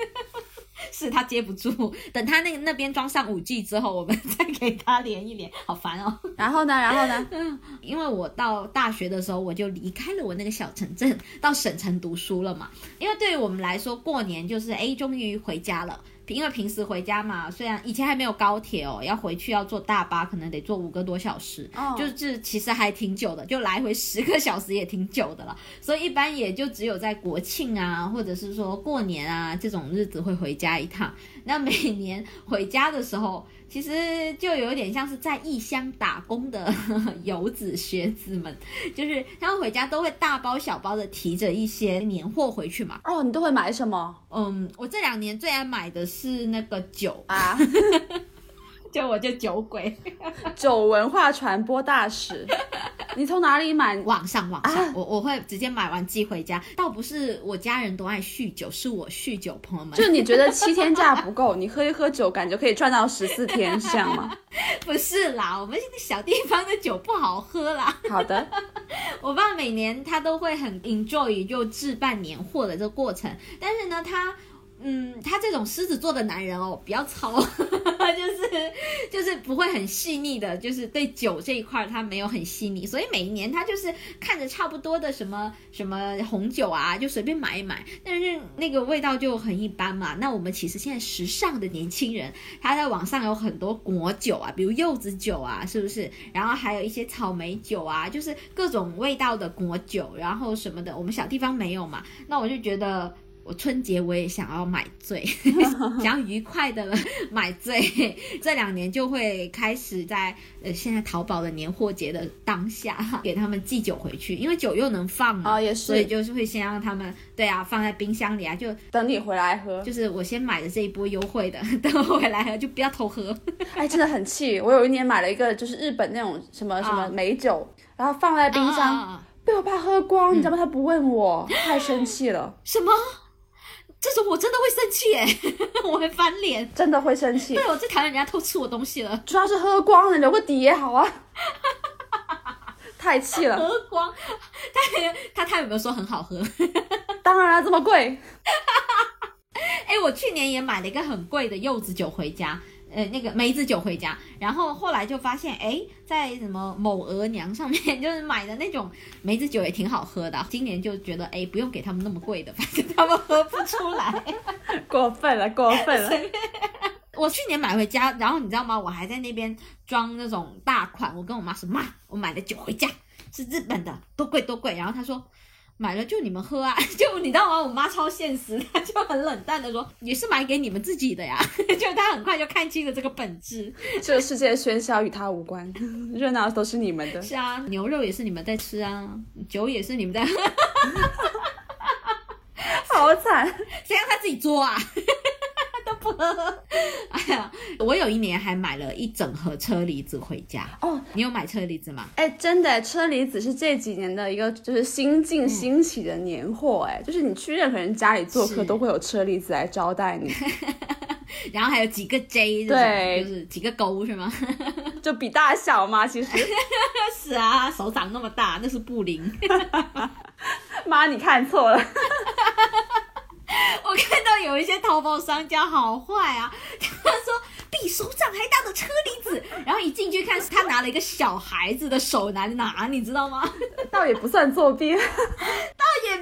是他接不住，等他那个那边装上五 G 之后，我们再给他连一连，好烦哦。
然后呢，然后呢？
因为我到大学的时候，我就离开了我那个小城镇，到省城读书了嘛。因为对于我们来说，过年就是哎，终于回家了。因为平时回家嘛，虽然以前还没有高铁哦，要回去要坐大巴，可能得坐五个多小时，
哦
就是其实还挺久的，就来回十个小时也挺久的了。所以一般也就只有在国庆啊，或者是说过年啊这种日子会回家一趟。那每年回家的时候，其实就有点像是在异乡打工的游子学子们，就是他们回家都会大包小包的提着一些年货回去嘛。
哦，你都会买什么
嗯，我这两年最爱买的是那个酒，
啊？
就我就酒鬼，
酒文化传播大使，你从哪里买？
网上网上，我我会直接买完寄回家。倒不是我家人都爱酗酒，是我酗酒，朋友们。
就你觉得七天假不够， 你喝一喝酒，感觉可以赚到十四天，是这样吗？
不是啦，我们这个小地方的酒不好喝啦。
好 的，
我爸每年他都会很 enjoy 就置办年货的这个过程，但是呢，他嗯，他这种狮子座的男人哦，比较糙， 就是就是不会很细腻的，就是对酒这一块他没有很细腻，所以每一年他就是看着差不多的什么什么红酒啊，就随便买一买，但是那个味道就很一般嘛。那我们其实现在时尚的年轻人，他在网上有很多果酒啊，比如柚子酒啊，是不是？然后还有一些草莓酒啊，就是各种味道的果酒，然后什么的，我们小地方没有嘛，那我就觉得。我春节我也想要买 醉，想要愉快的买醉。这两年就会开始在呃现在淘宝的年货节的当下， 给他们寄酒回去，因为酒又能放嘛，
哦也是
所以就是会先让他们对啊放在冰箱里啊，就
等你回来喝。
就是我先买的这一波优惠的， 等我回来喝就不要偷喝。
哎，真的很气！我有一年买了一个就是日本那种什么什么美酒，然后放在冰箱，
啊啊啊
被我爸喝光，你知道吗？他不问我，太生气了。
什么？这种我真的会生气耶， 我会翻脸。
真的会生气
对，，我最讨厌人家偷吃我东西了。
主要是喝光了，留个底也好 啊。太气了，
喝光，他他他有没有说很好喝？
当然了，啊这么贵，
哎、我去年也买了一个很贵的柚子酒回家，呃，那个梅子酒回家，然后后来就发现，哎、在什么某额娘上面就是买的那种梅子酒也挺好喝的。今年就觉得，哎、不用给他们那么贵的，反正他们喝不出来。
过分了，过分 了。
我去年买回家，然后你知道吗？我还在那边装那种大款，我跟我妈说，妈，我买了酒回家，是日本的，多贵多贵。然后她说。买了就你们喝啊， 就你知道吗？我妈超现实，她 就很冷淡的说，也是买给你们自己的呀。 就她很快就看清了这个本质。
这个世界喧嚣与他无关， 热闹都是你们的。
是啊，牛肉也是你们在吃啊，酒也是你们在喝，
好惨，
谁让她自己作啊？ 都不喝。哎呀，我有一年还买了一整盒车厘子回家。
哦，
你有买车厘子吗？
哎，真的，车厘子是这几年的一个就是新近兴起的年货，哎，就是你去任何人家里做客
是
都会有车厘子来招待你，
然后还有几个 J，这种
对
就是几个勾是吗？
就比大小嘛，其实。
是啊，手掌那么大，那是布林。
妈，你看错了，
我看到有一些淘宝商家好坏啊， 他说比手掌还大的车厘子， 然后一进去看，他拿了一个小孩子的手来拿，啊你知道吗？
倒也不算作弊。
也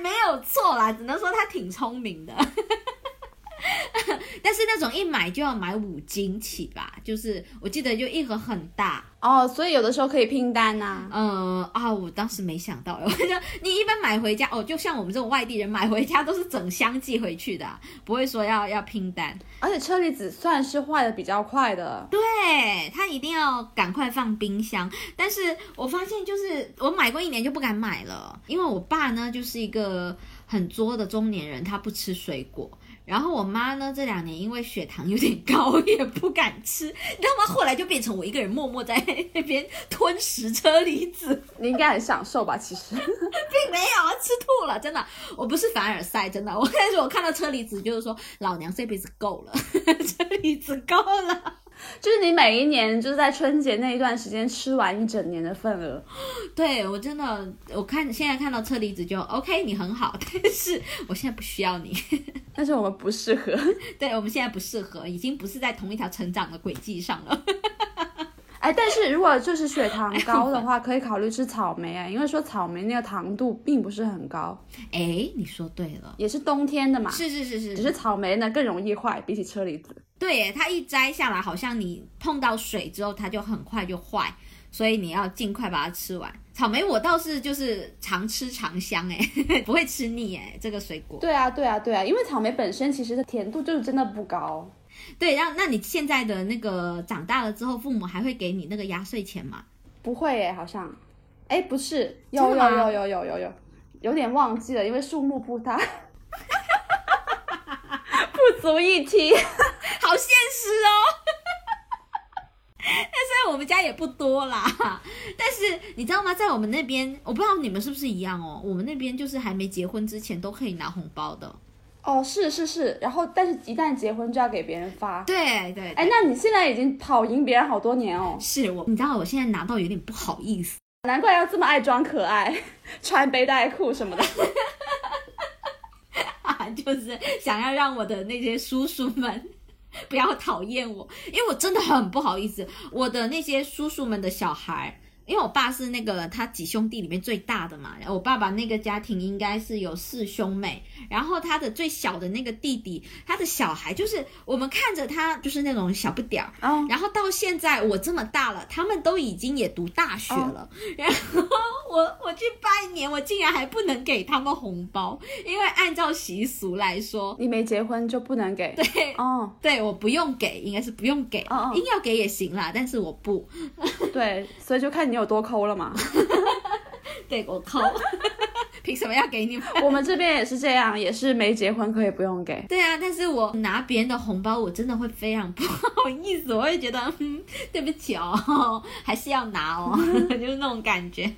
没有错啦，只能说他挺聪明的。 但是那种一买就要买五斤起吧，就是我记得就一盒很大，
哦，所以有的时候可以拼单呐、
嗯啊，我当时没想到，我 就你一般买回家哦，就像我们这种外地人买回家都是整箱寄回去的啊，不会说要要拼单。
而且车厘子算是坏的比较快的，
对，它一定要赶快放冰箱。但是我发现就是我买过一年就不敢买了，因为我爸呢就是一个很作的中年人，他不吃水果。然后我妈呢，这两年因为血糖有点高，也不敢吃，你知道吗？后来就变成我一个人默默在那边吞食车厘子。
你应该很享受吧？其实
没有，吃吐了，真的，我不是凡尔赛，真的，我但是我看到车厘子，就是说老娘这辈子够了， 车厘子够了，
就是你每一年就是在春节那一段时间吃完一整年的份额，
对我真的，我看现在看到车厘子就 OK，你很好，但是我现在不需要你，
但是我们不适合。
对我们现在不适合，已经不是在同一条成长的轨迹上了，
哎，但是如果就是血糖高的 话，可以考虑吃草莓啊，因为说草莓那个糖度并不是很高，
哎，你说对了。
也是冬天的嘛。
是是是是，
只是草莓呢更容易坏，比起车厘子。
对耶，它一摘下来，好像你碰到水之后，它就很快就坏，所以你要尽快把它吃完。草莓我倒是就是常吃常香哎， 不会吃腻哎，这个水果。
对啊，对啊，对啊，因为草莓本身其实它甜度就是真的不高。
对，然后那你现在的那个长大了之后，父母还会给你那个压岁钱吗？
不会耶，好像，哎，不是，有
真
有
的吗
有有有有有，有点忘记了，因为数目不 大，不足一提。
好现实哦。 但虽然我们家也不多啦，但是你知道吗？在我们那边，我不知道你们是不是一样哦。我们那边就是还没结婚之前都可以拿红包的。
哦，是是是，然后但是一旦结婚就要给别人发。
对对，
哎，那你现在已经跑赢别人好多年哦，
是我，你知道我现在拿到有点不好意思。
难怪要这 么爱装可爱，穿背带裤什么的。
啊，就就是想要让我的那些叔叔们。 不要讨厌我，因为我真的很不好意思。我的那些叔叔们的小孩，因为我爸是那个他几兄弟里面最大的嘛，我爸爸那个家庭应该是有四兄妹，然后他的最小的那个弟弟，他的小孩就是我们看着他就是那种小不点儿
哦
然后到现在我这么大了，他们都已经也读大学了
哦
然后我我去拜年，我竟然还不能给他们红包，因为按照习俗来说，
你没结婚就不能给。
对，
哦，
对，我不用给，应该是不用给，
哦哦
硬要给也行啦，但是我不，
对，所以就看你有多抠了嘛。
对我 抠，凭什么要给你们？
我们这边也是这样，也是没结婚可以不用给。
对啊，但是我拿别人的红包，我真的会非常不好 意思，我会觉得，嗯，对不起哦，还是要拿哦， 就是那种感觉。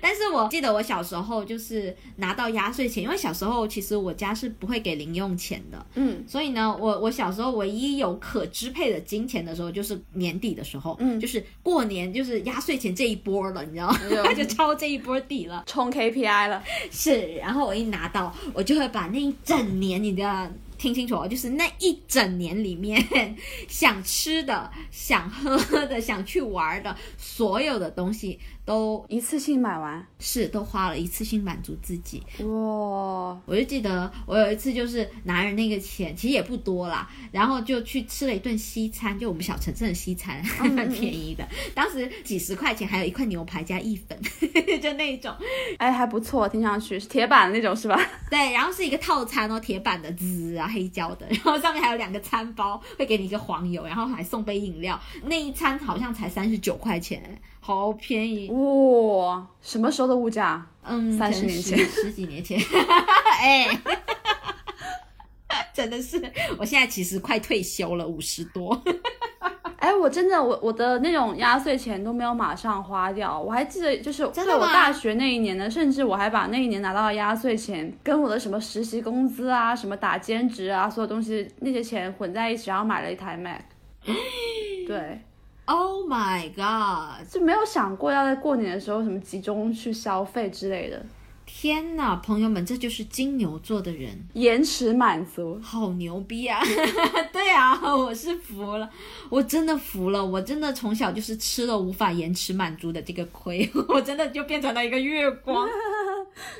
但是我记得我小时候就是拿到压岁钱，因为小时候其实我家是不会给零用钱的，
嗯，
所以呢，我我小时候唯一有可支配的金钱的时候，就是年底的时候，
嗯
就是过年就是压岁钱这一波了，你知道吗
哎呦？
他就超这一波底了。
冲 KPI 了。
是，然后我一拿到，我就会把那一整年你的。听清楚哦，就是那一整年里面想吃的、想喝的、想去玩的，所有的东西都
一次性买完，
是都花了一次性满足自己。
哇，
我就记得我有一次就是拿着那个钱，其实也不多啦，然后就去吃了一顿西餐，就我们小城镇的西餐，
嗯嗯
蛮便宜的， 当时几十块钱，还有一块牛排加意粉， 就那一种。
哎，还不错，听上去是铁板那种是吧？
对，然后是一个套餐哦，铁板的滋啊，黑胶的，然后上面还有两个餐包，会给你一个黄油，然后还送杯饮料。那一餐好像才三十九块钱，好便宜。
哇，什么时候的物价？
嗯，
30
可能
年
十
前
十几年前， 哎，真的是，我现在其实快退休了，五十多。
哎，我真的，我我的那种压岁钱都没有马上花掉，我还记得，就是
真的
在我
吗
大学那一年呢，甚至我还把那一年拿到的压岁钱跟我的什么实习工资啊、什么打兼职啊，所有东西那些钱混在一起，然后买了一 台 Mac。对，
Oh my god！
就没有想过要在过年的时候什么集中去消费之类的，
天哪，朋友们，这就是金牛座的人。
延迟满足。
好牛逼啊！对啊，我是服了，我真的服了，我真的从小就是吃了无法延迟满足的这个亏， 我真的就变成了一个月光。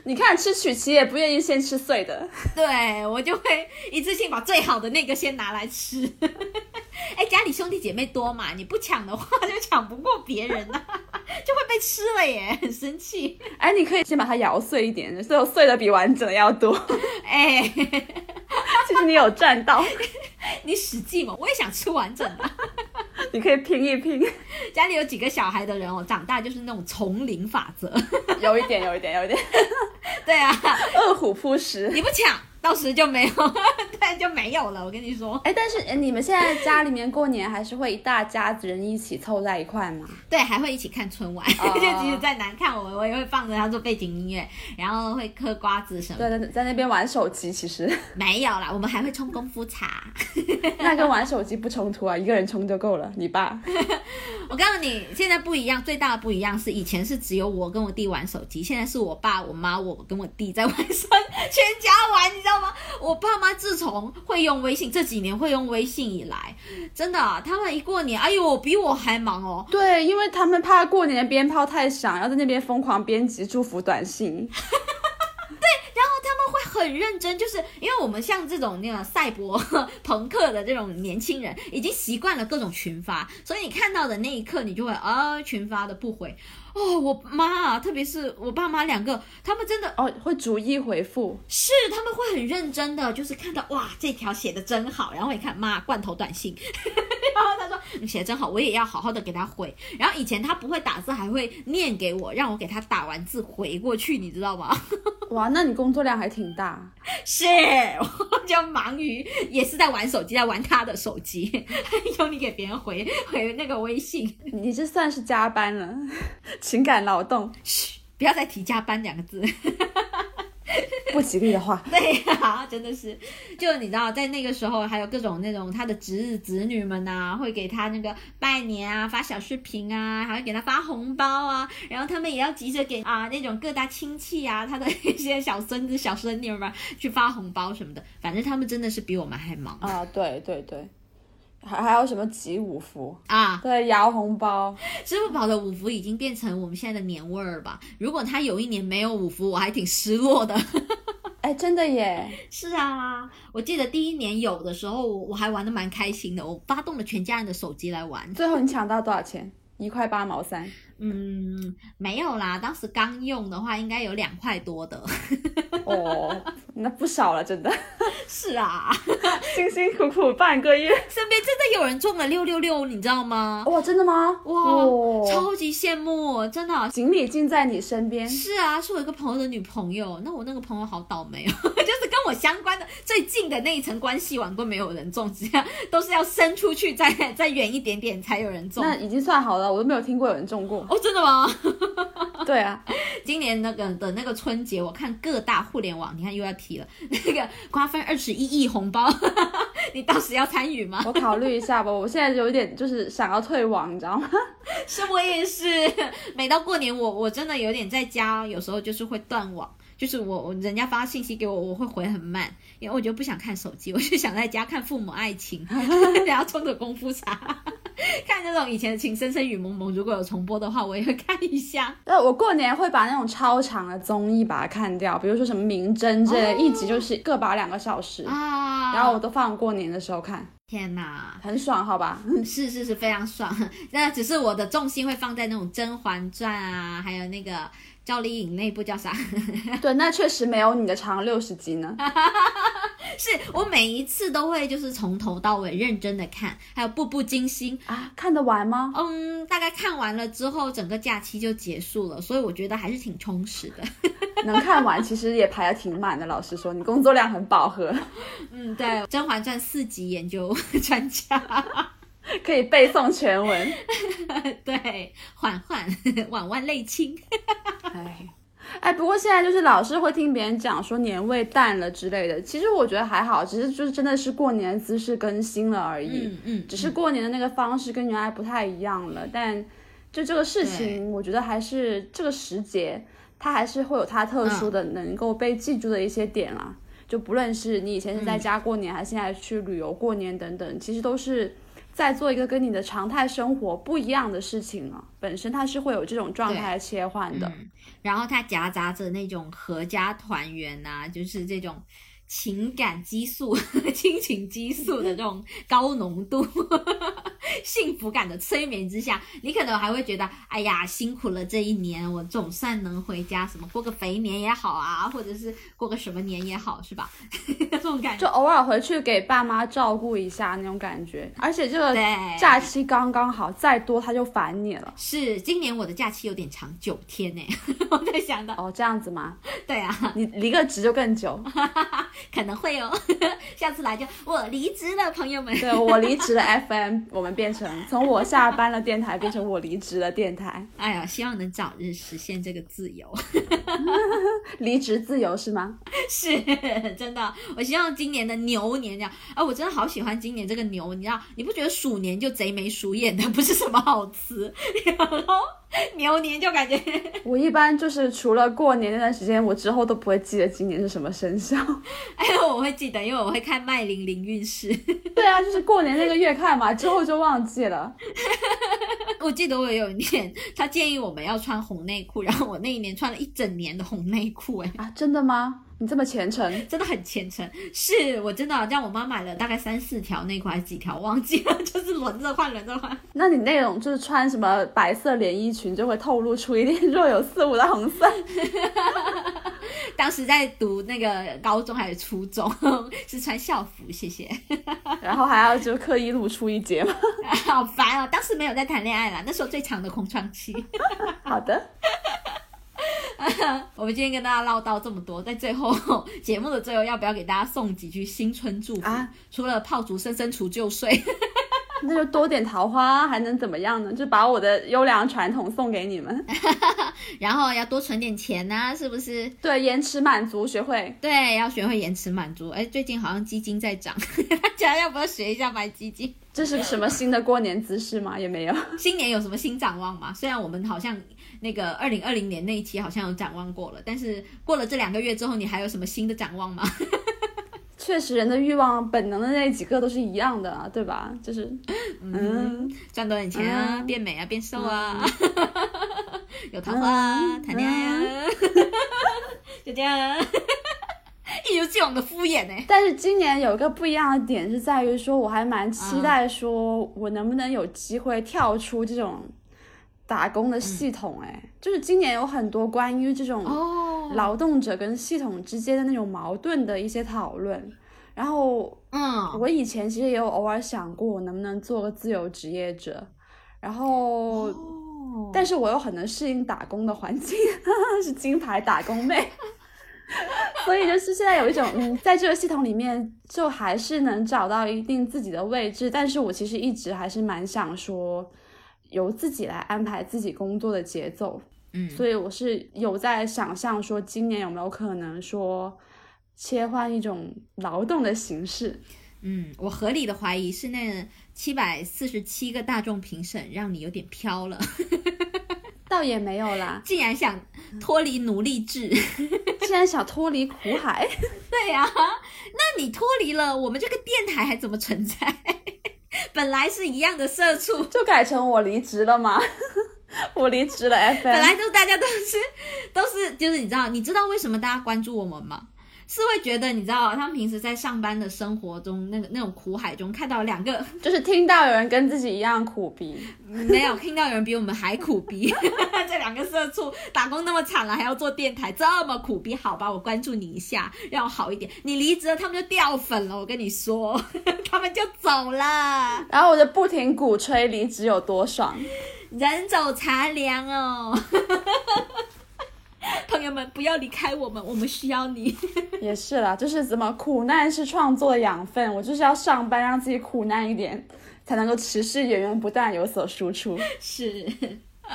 你看吃曲奇也不愿意先吃碎的，
对我就会一次性把最好的那个先拿来吃。 哎，家里兄弟姐妹多嘛，你不抢的话就抢不过别人呐、 就会被吃了耶，很生气。
哎，你可以先把它摇碎一点，最后碎的比完整的要多，
哎，
其实你有赚到，
你使劲嘛，我也想吃完整的。
你可以拼一拼。
家里有几个小孩的人哦，长大就是那种丛林法则。
有一点，有一点，有一点，
对啊，
饿虎扑食。
你不抢，到时就没有， 对，就没有了。我跟你说，
哎，但是哎你们现在家里面过年还是会一大家子人一起凑在一块吗？
对，还会一起看春晚，
哦
就即使再难看，我我也会放着它做背景音乐，然后会嗑瓜子什么的。
对，在在那边玩手机，其 实
没有啦，我们还会冲功夫茶。
那跟玩手机不冲突啊，一个人冲就够了。你爸，
我告诉你，现在不一样，最大的不一样是以前是只有我跟我弟玩手机，现在是我爸、我妈、我跟我弟在玩 手，全家玩，你知道吗？我爸妈自从会用微信这几年会用微信以来，真的啊、他们一过年，哎呦，比我还忙哦。
对，因为他们怕过年的鞭炮太响，要在那边疯狂编辑祝福短信。
会很认真，就是因为我们像这种那个赛博朋克的这种年轻人，已经习惯了各种群发，所以你看到的那一刻，你就会啊、群发的不回。哦，我妈，特别是我爸妈两个，他们真的
哦，会逐一回复。
是他们会很认真的，就是看到哇这条写的真好，然后一看妈罐头短信， 然后他说你写的真好，我也要好好的给他回。然后以前他不会打字，还会念给我，让我给他打完字回过去，你知道吗？
哇，那你工作量还挺大。
是，我就忙于也是在玩手机，在玩他的手机， 还有你给别人回回那个微信，
你这算是加班了， 情感劳动。
不要再提加班两个字。
不吉利的话。
对呀、真的是，就你知道，在那个时候，还有各种那种他的侄子侄女们呐、会给他那个拜年啊，发小视频啊，还会给他发红包啊，然后他们也要急着给啊那种各大亲戚啊，他的一些小孙子、小孙女们去发红包什么的，反正他们真的是比我们还忙
啊，对对对，还还有什么集五福？
啊！
对，摇红包，
支付宝的五福已经变成我们现在的年味儿吧？如果他有一年没有五福，我还挺失落的。
哎，真的耶！
是啊，我记得第一年有的时候，我我还玩的蛮开心的，我发动了全家人的手机来玩。
最后你抢到多少钱？一块八毛三。
嗯，没有啦，当时刚用的话，应该有两块多的。
哦， 那不少了，真的，
是啊，
辛辛苦苦半个月。
身边真的有人中了六六六，你知道吗？
哇，真的吗？
哇，
哦
超级羡慕，真的。啊
锦鲤尽在你身边。
是啊，是我一个朋友的女朋友。那我那个朋友好倒霉哦， 就是跟我相关的最近的那一层关系玩过，没有人中，只要都是要伸出去再 再远一点点才有人中。。
那已经算好了，我都没有听过有人中过
哦，真的吗？
对啊，
今年那个的那个春节，我看各大互联网，你看又要提了那个瓜分二十一亿红包， 你到时要参与吗？
我考虑一下吧。我现在有点就是想要退网，你知道吗？
是我也是，每到过年我我真的有点在家，有时候就是会断网，就是我我人家发信息给我，我会回很慢，因为我就不想看手机，我就想在家看《父母爱情》，然后冲着功夫茶，看那种以前的《情深深雨蒙蒙》，如果有重播的话，我也会看一下。
呃，我过年会把那种超长的综艺把它看掉，比如说什么《名侦》之类的，一集就是各把两个小时，
啊，
然后我都放过年的时候看，
天哪，
很爽，好吧？
是是是非常爽。那只是我的重心会放在那种《甄嬛传》啊，还有那个赵丽颖那部叫啥？
对，那确实没有你的长六十集呢。
是我每一次都会就是从头到尾认真的看，还有《步步惊心》。
啊，看得完吗？
嗯，大概看完了之后，整个假期就结束了，所以我觉得还是挺充实 的。
能看完，其实也排的挺满的。老实说，你工作量很饱和，
嗯，对，《甄嬛传》四级研究专家，
可以背诵全文。
对，缓缓， 婉婉泪清。
哎。哎，不过现在就是老是会听别人讲说年味淡了之类的，其实我觉得还好，只是就是真的是过年姿势更新了而已。
嗯嗯，
只是过年的那个方式跟原来不太一样了。但就这个事情，我觉得还是这个时节，它还是会有它
嗯
特殊的、能够被记住的一些点啦。就不论是你以前是
嗯
在家过年，还是现在去旅游过年等等，其实都是在做一个跟你的常态生活不一样的事情啊。本身它是会有这种状态切换
嗯
的。
然后它夹杂着那种合家团圆呐、就是这种情感激素、 亲情激素的这种高浓度 幸福感的催眠之下，你可能还会觉得，哎呀，辛苦了这一年，我总算能回家，什么过个肥年也好啊，或者是过个什么年也好，是吧？ 这种感觉。
就偶尔回去给爸妈照顾一下那种感觉，而且这个
对
假期刚刚好，再多他就烦你了。
是今年我的假期有点长，九天呢、 我在想到，
哦，这样子吗？
对啊，
你离个职就更久。
可能会哦， 下次来就我离职了，朋友们。
对我离职了 FM，我 们变成从我下班了电台变成我离职了电台，
哎呀，希望能早日实现这个自由，
离职自由是吗？
是真的。我希望今年的牛年这样，啊，我真的好喜欢今年这个牛，你知道，你不觉得鼠年就贼眉鼠眼的，不是什么好词， 然后牛年就感觉
我一般就是除了过年那段时间，我之后都不会记得今年是什么生肖。
哎呦，我会记得，因为我会看麦玲玲运势。
对啊，就是过年那个月看嘛，之后就忘记了。
我记得我有一年，她建议我们要穿红内裤，然后我那一年穿了一整年的红内裤、哎。
啊，真的吗？你这么虔诚，
真的很虔诚，是我真的让我妈买了大概三四条内裤还是几条，忘记了， 就是轮着换，轮着换。
那你那种就是穿什么白色连衣裙，就会透露出一点若有似无的红色。
当时在读那个高中还有初中， 是穿校服，谢 谢。
然后还要就刻意露出一截嘛。
好烦哦，当时没有在谈恋爱啦，那时候最长的空窗期。
好的，
我们今天跟大家唠叨这么多，在最后节目的最后，要不要给大家送几句新春祝福？
啊
除了炮竹声声除旧岁，
那就多点桃花，啊还能怎么样呢？就把我的优良传统送给你们。
然后要多存点钱呐、是不是？
对，延迟满足学会。
对，要学会延迟满足。哎，最近好像基金在涨， 大家要不要学一下买基金？
这是什么新的过年姿势吗？也没有。
新年有什么新展望吗？虽然我们好像那个二零二零年那一期好像有展望过了，但是过了这两个月之后，你还有什么新的展望吗？
确实，人的欲望、本能的那几个都是一样的啊，对吧？就是，嗯，
赚多点钱啊，
嗯
变美啊，变瘦啊， 有桃花啊，
嗯
谈恋爱啊， 就这样啊， 一如既往的敷衍呢、欸
但是今年有一个不一样的点是在于说，我还蛮期待说我能不能有机会跳出这种打工的系统，哎，就是今年有很多关于这种
哦，
劳动者跟系统之间的那种矛盾的一些讨论。然后
嗯，
我以前其实也有偶尔想过，我能不能做个自由职业者，然后。
哦
但是我又很能适应打工的环境， 是金牌打工妹， 所以就是现在有一种，嗯，在这个系统里面，就还是能找到一定自己的位置。但是我其实一直还是蛮想说，由自己来安排自己工作的节奏，
嗯，
所以我是有在想象说，今年有没有可能说切换一种劳动的形式。
嗯，我合理的怀疑是那七百四十七个大众评审让你有点飘了，，
倒也没有啦
竟然想脱离奴隶制。
既然想脱离苦海，
对呀、那你脱离了，我们这个电台还怎么存在？ 本来是一样的社畜，
就改成我离职了吗？ 我离职了 FM，
本来都大家都是都是，就是你知道，你知道为什么大家关注我们吗？是会觉得你知道，他们平时在上班的生活中，那个那种苦海中，看到两个
就是听到有人跟自己一样苦逼，
没有听到有人比我们还苦逼， 这两个社畜打工那么惨了，还要做电台，这么苦逼，好吧，我关注你一下，让我好一点。你离职了，他们就掉粉了，我跟你说， 他们就走了，
然后我就不停鼓吹离职有多爽。
人走茶凉哦。 朋友们，不要离开我们，我们需要你。
也是啦，就是怎么苦难是创作的养分，我就是要上班让自己苦难一点，才能够持续源源不断有所输出。
是，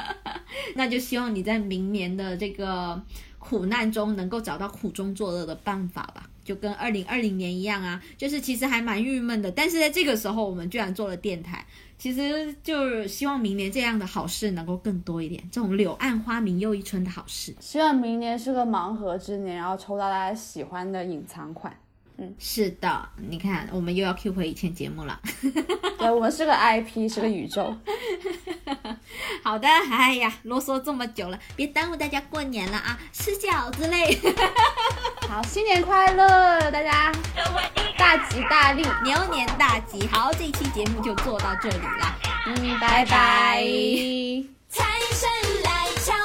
那就希望你在明年的这个苦难中能够找到苦中作乐的办法吧，就跟二零二零年一样啊，就是其实还蛮郁闷的，但是在这个时候我们居然做了电台，其实就是希望明年这样的好事能够更多一点，这种柳暗花明又一村的好事。
希望明年是个盲盒之年，然后抽到大家喜欢的隐藏款。
是的，你看我们又要 Q 回以前节目了。
对我们是个 IP，是个宇宙。
好的，哎呀，啰嗦这么久了，别耽误大家过年了啊，吃饺子嘞，
好，新年快乐，大家大吉大利。
牛年大吉。好，这一期节目就做到这里啦。
嗯，拜
拜
拜。
财神来敲